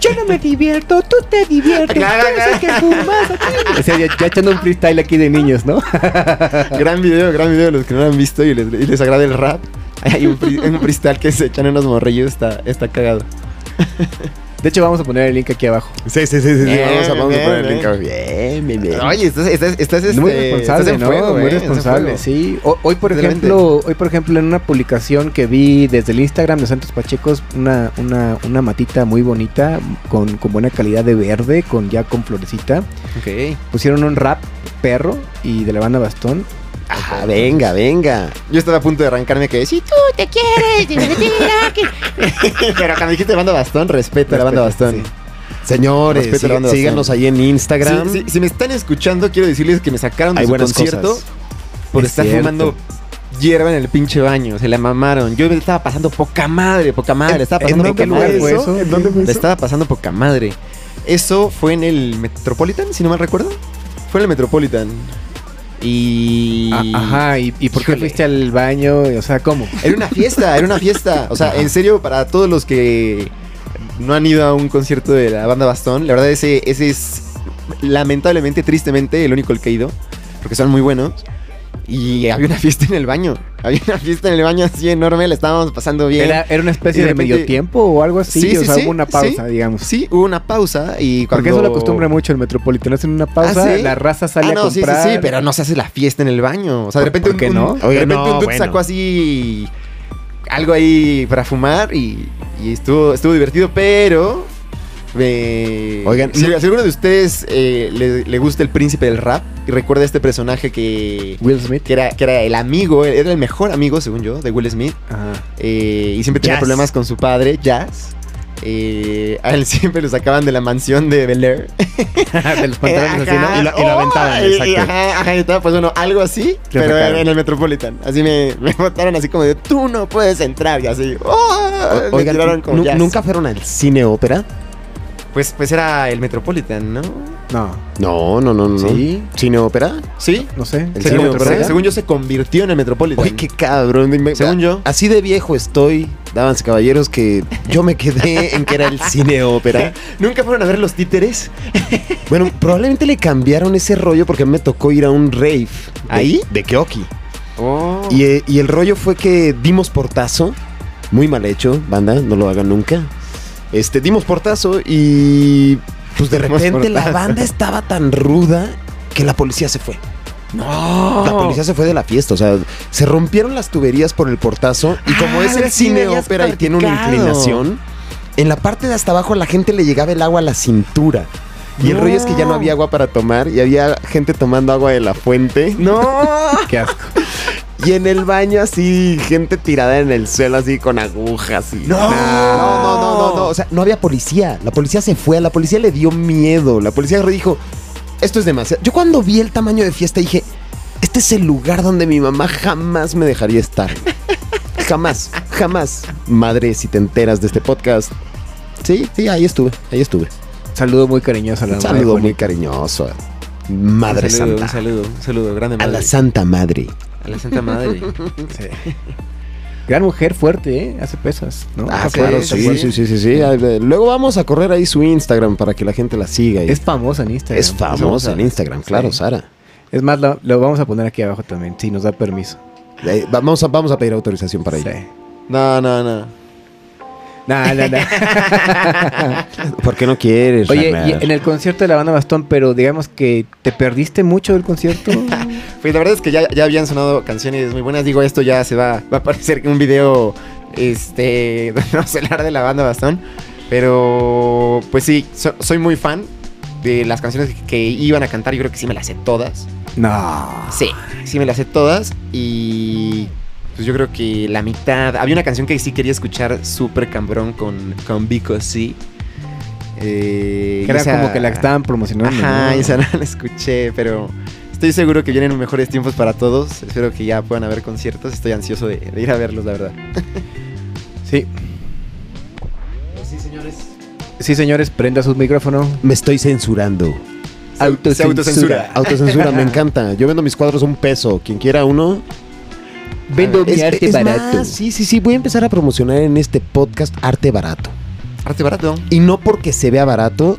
yo no me divierto, tú te diviertes.
Claro,
tú eres el que fumas.
O sea, ya, ya echando un freestyle aquí de niños, ¿no?
Gran video, gran video, los que no lo han visto y les, y les agrada el rap. Hay un, fri- un freestyle que se echan unos morrillos, está, está cagado.
De hecho, vamos a poner el link aquí abajo.
Sí, sí, sí, sí, sí,
Bien,
vamos a, vamos a
bien,
poner el link.
bien.
abajo. Bien, bien, bien.
Oye, estás, estás, estás,
muy
este,
responsable,
estás en
¿no?
fuego,
muy
¿eh?
güey, estás en
responsable,
fuego.
sí. O- hoy, por
Excelente.
ejemplo, hoy, por ejemplo, en una publicación que vi desde el Instagram de Santos Pachecos, una, una, una matita muy bonita, con, con buena calidad de verde, con ya con florecita.
Ok.
Pusieron un rap perro y de la banda Bastón.
Ah, venga, venga.
Yo estaba a punto de arrancarme que sí,
Tú te quieres divertir. aquí.
pero cuando dijiste banda bastón, respeto a la banda
Respeto,
bastón.
Señores,
Respeto a la
sí-
banda
síganos
bastante.
ahí en Instagram.
Si, si- si me están escuchando, quiero decirles que me sacaron de
Hay
su
buenas
concierto
cosas.
por
Es
estar
cierto.
fumando hierba en el pinche baño. Se la mamaron. Yo me estaba pasando poca madre, poca madre. Estaba Ah, pasando
Eh, dónde
poca
fue
madre.
eso? ¿En dónde
Le estaba pasando poca madre. Eso fue en el Metropolitan, si no mal recuerdo. Fue en el Metropolitan. Y.
Ah, Ajá, ¿y, y por qué
Híjole.
fuiste al baño? O sea, ¿cómo?
Era una fiesta, era una fiesta. O sea, en serio, para todos los que no han ido a un concierto de la banda Bastón, la verdad ese, ese es lamentablemente, tristemente, el único al que he ido, porque son muy buenos. Y había una fiesta en el baño. Había una fiesta en el baño así enorme, la estábamos pasando bien.
¿Era, era una especie
Y
de,
de repente-
medio tiempo o algo así?
Sí,
o
sí,
sea,
sí,
hubo una pausa,
sí.
digamos.
Sí, hubo una pausa y cuando...
Porque eso lo acostumbra mucho el Metropolitano. Hacen una pausa,
¿sí?
la raza sale
Ah, no,
a
sí,
comprar.
sí, sí, pero no se hace la fiesta en el baño. O sea, de
¿Por-
repente
por
un-
qué
un-
no?
de
Oye,
repente
no,
un dude
bueno.
sacó así algo ahí para fumar y, y estuvo, estuvo divertido, pero. eh,
Oigan,
si,
no-
si alguno de ustedes eh, le, le gusta el príncipe del rap y recuerda este personaje que,
Will Smith.
que, era, que era el amigo, era el mejor amigo, según yo, de Will Smith
Ajá.
eh, y siempre tenía
Jazz.
problemas con su padre, Jazz. Eh, a él siempre lo sacaban de la mansión de Bel Air.
de los pantalones así, ¿no?
Ajá,
Y lo- y lo
Eh, ¡oh!
aventaban,
Y- y
exacto.
ajá, ajá, y estaba, pues bueno, algo así,
Lo
pero
sacaron.
en el Metropolitan. Así me, me botaron así como de, tú no puedes entrar, y así. ¡oh!
O-
Me
Oigan,
tiraron como
nu-
jazz.
¿nunca fueron al cine ópera?
Pues, pues era el Metropolitan, ¿no?
No,
No, no, no, no.
Sí.
¿Cine ópera?
Sí.
no sé. ¿Sí
El
lo
Según,
cine
se-
recuerdas?
Metropolitan.
según yo se convirtió en el Metropolitan.
Oye, qué cabrón. me-
Según
a-
yo.
Así de viejo estoy, damas y caballeros, que yo me quedé en que era el cine ópera.
¿Nunca fueron a ver los títeres?
Bueno, probablemente le cambiaron ese rollo porque a mí me tocó ir a un rave. de-
¿Ahí?
De Keoki.
Oh.
Y, eh, y el rollo fue que dimos portazo. Muy mal hecho, banda, no lo hagan nunca. Este, dimos portazo y. Pues de
Dimos
repente la
portazo.
banda estaba tan ruda que la policía se fue.
no.
Oh.
La policía se fue de la fiesta, o sea, se rompieron las tuberías por el portazo y como
Ah,
es el
sí me
cine
habías
ópera y tiene una
platicado.
inclinación, en la parte de hasta abajo a la gente le llegaba el agua a la cintura. Y el
No.
rollo es que ya no había agua para tomar y había gente tomando agua de la fuente.
No.
Qué asco.
Y en el baño así, gente tirada en el suelo así con agujas y...
No.
No, no, no, no, no. O sea, no había policía. La policía se fue, a la policía le dio miedo. La policía dijo, esto es demasiado. Yo cuando vi el tamaño de fiesta dije, este es el lugar donde mi mamá jamás me dejaría estar. Jamás, jamás. Madre, si te enteras de este podcast. Sí, sí, ahí estuve, ahí estuve.
Saludo muy cariñoso a la
Un
mamá de
saludo muy
Juanito.
cariñoso.
Ah,
Madre
un saludo, Un
Santa.
saludo, un saludo, grande
A
madre.
la Santa Madre.
A la Santa Madre.
Sí. Gran mujer fuerte, ¿eh? Hace pesas, ¿no?
Ah,
Hace-
claro, sí, sí, sí, sí, sí. Ay, de- Luego vamos a correr ahí su Instagram para que la gente la siga. y-
Es
Este,
Es,
famosa en Instagram.
famosa en Instagram, claro,
Sí.
Sara.
Es más, lo, lo vamos a poner aquí abajo también, si nos da permiso.
Eh, vamos, a, vamos a pedir autorización para ello.
Sí.
No, no, no.
No, no, no.
¿Por qué no quieres?
Oye,
Ragnar?
y en el concierto de la banda Bastón, pero digamos que te perdiste mucho del concierto.
Pues la verdad es que ya, ya habían sonado canciones muy buenas. Digo, esto ya se va, va a parecer un video este, donde vamos a hablar de la banda Bastón. Pero, pues sí, so- soy muy fan de las canciones que, que iban a cantar. Yo creo que sí me las sé todas.
no.
Sí, sí me las sé todas. Y pues yo creo que la mitad. Había una canción que sí quería escuchar súper cambrón con, con Vico, sí. Eh,
Que era
esa-
como que la que estaban promocionando.
Ajá,
¿no?
esa no la escuché, pero estoy seguro que vienen mejores tiempos para todos. Espero que ya puedan haber conciertos. Estoy ansioso de, de ir a verlos, la verdad.
Sí. Sí, señores, prenda su micrófono.
Me estoy censurando.
Se autocensura.
Autocensura, me encanta. Yo vendo mis cuadros a un peso. Quien quiera uno.
Vendo mi
Es-
arte
es
barato.
más, sí, sí, sí. Voy a empezar a promocionar en este podcast arte barato.
Arte barato.
Y no porque se vea barato,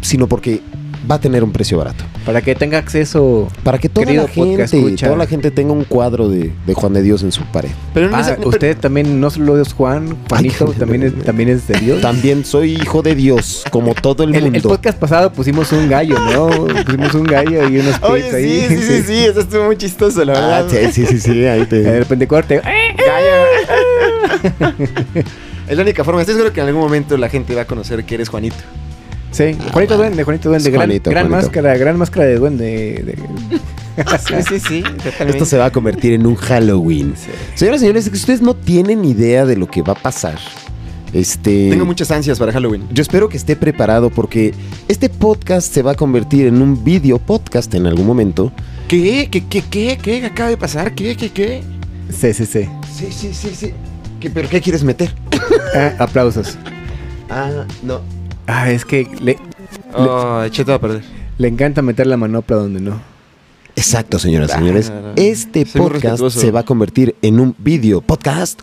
sino porque va a tener un precio barato.
Para que tenga acceso.
Para que toda
Querido
la
podcast
gente,
escucha.
toda la gente tenga un cuadro de, de Juan de Dios en su pared.
Pero no
Ah,
es- pero-
usted también, no solo es Juan, Juanito,
Ay,
también, es, también es de Dios.
También soy hijo de Dios, como todo el,
El, el
mundo.
podcast pasado pusimos un gallo, ¿no? Pusimos un gallo y unos
Oye,
pitos ahí.
sí, sí, sí, sí, eso estuvo muy chistoso, la
Ah,
verdad.
sí, sí, sí, sí, ahí te-
De repente corte. ¡eh!
Gallo. es la única forma. Estoy seguro que en algún momento la gente va a conocer que eres Juanito.
Sí, Juanito Duende, Juanito Duende.
Es
Gran,
Juanito,
gran
Juanito.
máscara, gran máscara de duende. de-
Sí, sí, sí.
Esto se va a convertir en un Halloween. Señoras y señores, que ustedes no tienen idea de lo que va a pasar. Este,
Tengo muchas ansias para Halloween.
Yo espero que esté preparado porque este podcast se va a convertir en un video podcast en algún momento.
¿Qué? ¿Qué? ¿Qué? ¿Qué? ¿Qué acaba de pasar? ¿Qué? ¿Qué? ¿Qué?
Sí, sí, sí.
Sí, sí, sí, sí. ¿Pero qué quieres meter?
Ah, aplausos.
Ah, no.
Ah, es que le,
Oh, eché todo a perder.
le encanta meter la manopla donde no.
Exacto, señoras y
Ah,
señores.
Claro.
Este
Soy muy
podcast
respetuoso.
se va a convertir en un video podcast.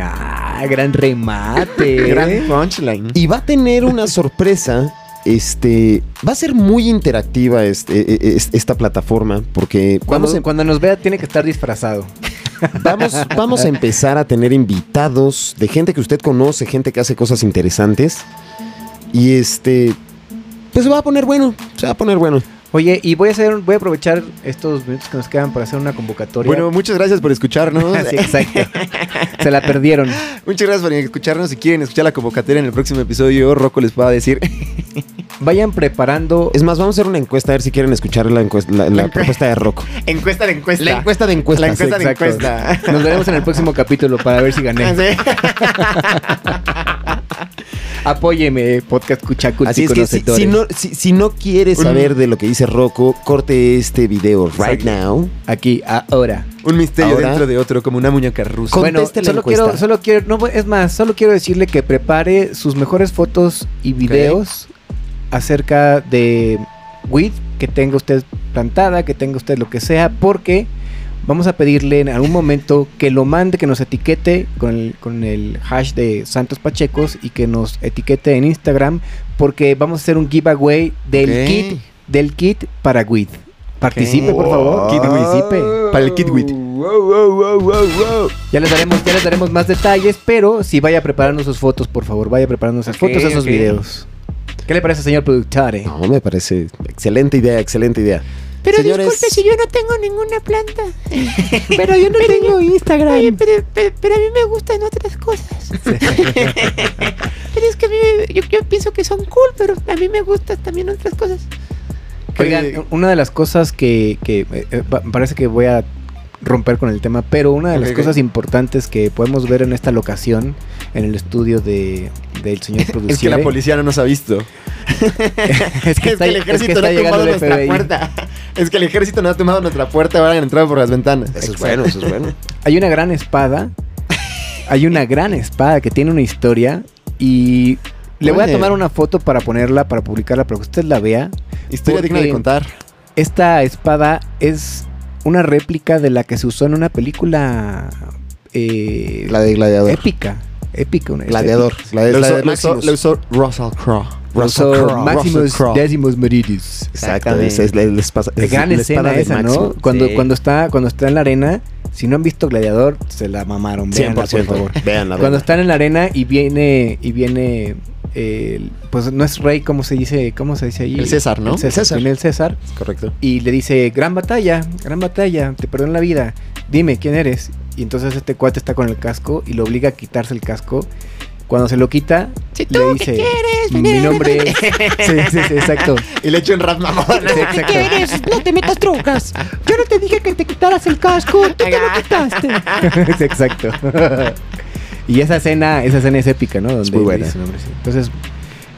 Ah, gran remate.
Gran punchline.
Y va a tener una sorpresa. Este va a ser muy interactiva este- e- e- es- esta plataforma porque
Cuando,
vamos, a-
cuando nos vea tiene que estar disfrazado.
vamos, vamos a empezar a tener invitados de gente que usted conoce, gente que hace cosas interesantes. Y este, pues se va a poner bueno, se va a poner bueno.
Oye, y voy a hacer, un- voy a aprovechar estos minutos que nos quedan para hacer una convocatoria. Ah,
Bueno, muchas gracias por escucharnos.
Sí, exacto. Se la perdieron.
Muchas gracias por escucharnos. Si quieren escuchar la convocatoria en el próximo episodio, Rocco les va a decir.
Vayan preparando.
Es más, vamos a hacer una encuesta a ver si quieren escuchar la, encuesta- la- la propuesta de Rocco.
encuesta de encuesta.
La encuesta de encuestas.
La encuesta de
Exacto.
encuesta.
Nos veremos en el próximo capítulo para ver si
Ah,
gané. Apóyeme, podcast
Pues
Cuchacu.
Así es que si, si no, si, si no quieres saber de lo que dice Rocco, corte este video right now.
Aquí, ahora.
Un misterio
Ahora-
dentro de otro, como una muñeca rusa.
Con-
Bueno,
Conteste la
solo
encuesta.
quiero, solo quiero, no, es más, solo quiero decirle que prepare sus mejores fotos y videos acerca de weed que tenga usted plantada, que tenga usted lo que sea, porque vamos a pedirle en algún momento que lo mande, que nos etiquete con el, con el hash de Santos Pachecos y que nos etiquete en Instagram, porque vamos a hacer un giveaway del
Ok.
kit, del kit para weed. Participe, por favor.
Kit weed.
Participe.
Para el Kidwit.
Ya les daremos, ya les daremos más detalles, pero si vaya preparando sus fotos, por favor, vaya preparando esas
Ok,
fotos, esos
ok.
videos. ¿Qué le parece, señor productor? eh?
No, me parece excelente idea, excelente idea.
Pero
Señores.
disculpe si yo no tengo ninguna planta. pero yo no tengo Instagram. pero, pero- pero a mí me gustan otras cosas. pero es que a mí, me- yo, yo pienso que son cool, pero a mí me gustan también otras cosas.
Oigan, una de las cosas que, que, eh, eh, pa- parece que voy a romper con el tema, pero una de las
Ok, ok.
cosas importantes que podemos ver en esta locación, en el estudio de, del señor productor,
Es que la policía no nos ha visto.
es que está, es que está llegando el FBI.
puerta. Es que el ejército no ha tomado nuestra puerta, ahora han entrado por las ventanas.
Eso es bueno, eso es bueno.
Hay una gran espada. Hay una gran espada que tiene una historia. Y le voy a
Oye.
tomar una foto para ponerla, para publicarla, para que usted la vea.
Historia digna de
Porque-
contar.
Esta espada es una réplica de la que se usó en una película eh,
La de gladiador.
épica. Épica. Una,
Gladiador. La de,
Este, Lo
la
usó,
de
lo usó-
Maximus.
lo usó Russell Crowe.
Russell Maximus
Crowe.
Decimus Meridius.
Exacto, esa es la, la espada- es
gran
la
escena
espada de
esa, ¿no?
Maximus.
Cuando,
Sí.
cuando, está, cuando está en la arena, si no han visto Gladiador, se la mamaron. Véanla, por
100%.
favor.
Véanla,
Cuando
véanla.
están en la arena y viene, y viene, eh, pues no es rey, como se dice, ¿cómo se dice ahí?
El César, ¿no?
El César.
César.
Viene el César
Correcto.
y le dice, gran batalla, gran batalla, te perdono la vida, dime, ¿quién eres? Y entonces este cuate está con el casco y lo obliga a quitarse el casco. Cuando se lo quita,
Si
le
tú que
dice,
quieres venir
mi
a
nombre es... Sí, sí, sí, exacto.
Y le echó un rap mamón.
Sí,
¿Qué
exacto.
quieres? No te metas trucas. Yo no te dije que te quitaras el casco. Tú te lo quitaste.
Sí, exacto. y esa escena, esa escena es épica, ¿no? Donde
muy buena.
dice su nombre, sí. Entonces,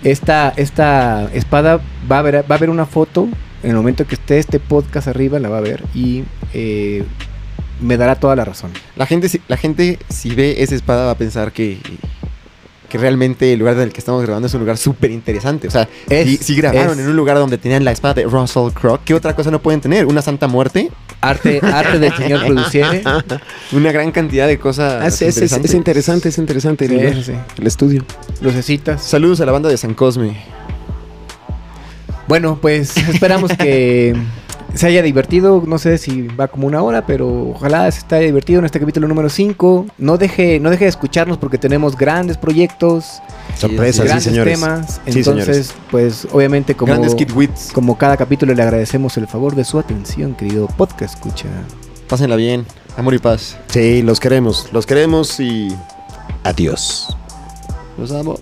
esta, esta espada va a, haber, va a haber una foto en el momento que esté este podcast arriba, la va a ver y eh, me dará toda la razón.
La gente, si- la gente si ve esa espada va a pensar que, que realmente el lugar del que estamos grabando es un lugar súper interesante. O sea,
Es-
si, si grabaron
es.
en un lugar donde tenían la espada de Russell Crowe, ¿qué otra cosa no pueden tener? ¿Una santa muerte?
Arte, arte del señor produciere.
Una gran cantidad de cosas
Ah, sí, es, es- es
interesantes.
interesante, es interesante el,
Sí,
lugar,
sí, sí.
el estudio.
Lucecitas.
Saludos a la banda de San Cosme.
Bueno, pues esperamos que se haya divertido. No sé si va como una hora, pero ojalá se esté divertido en este capítulo número 5. No deje, no deje de escucharnos porque tenemos grandes proyectos.
Sorpresas, sí,
grandes
señores.
temas.
Sí,
Entonces, pues obviamente como,
Grandes Kid Wits.
como cada capítulo le agradecemos el favor de su atención, querido podcast escucha.
Pásenla bien. Amor y paz.
Sí, los queremos, los queremos y adiós.
Los amo.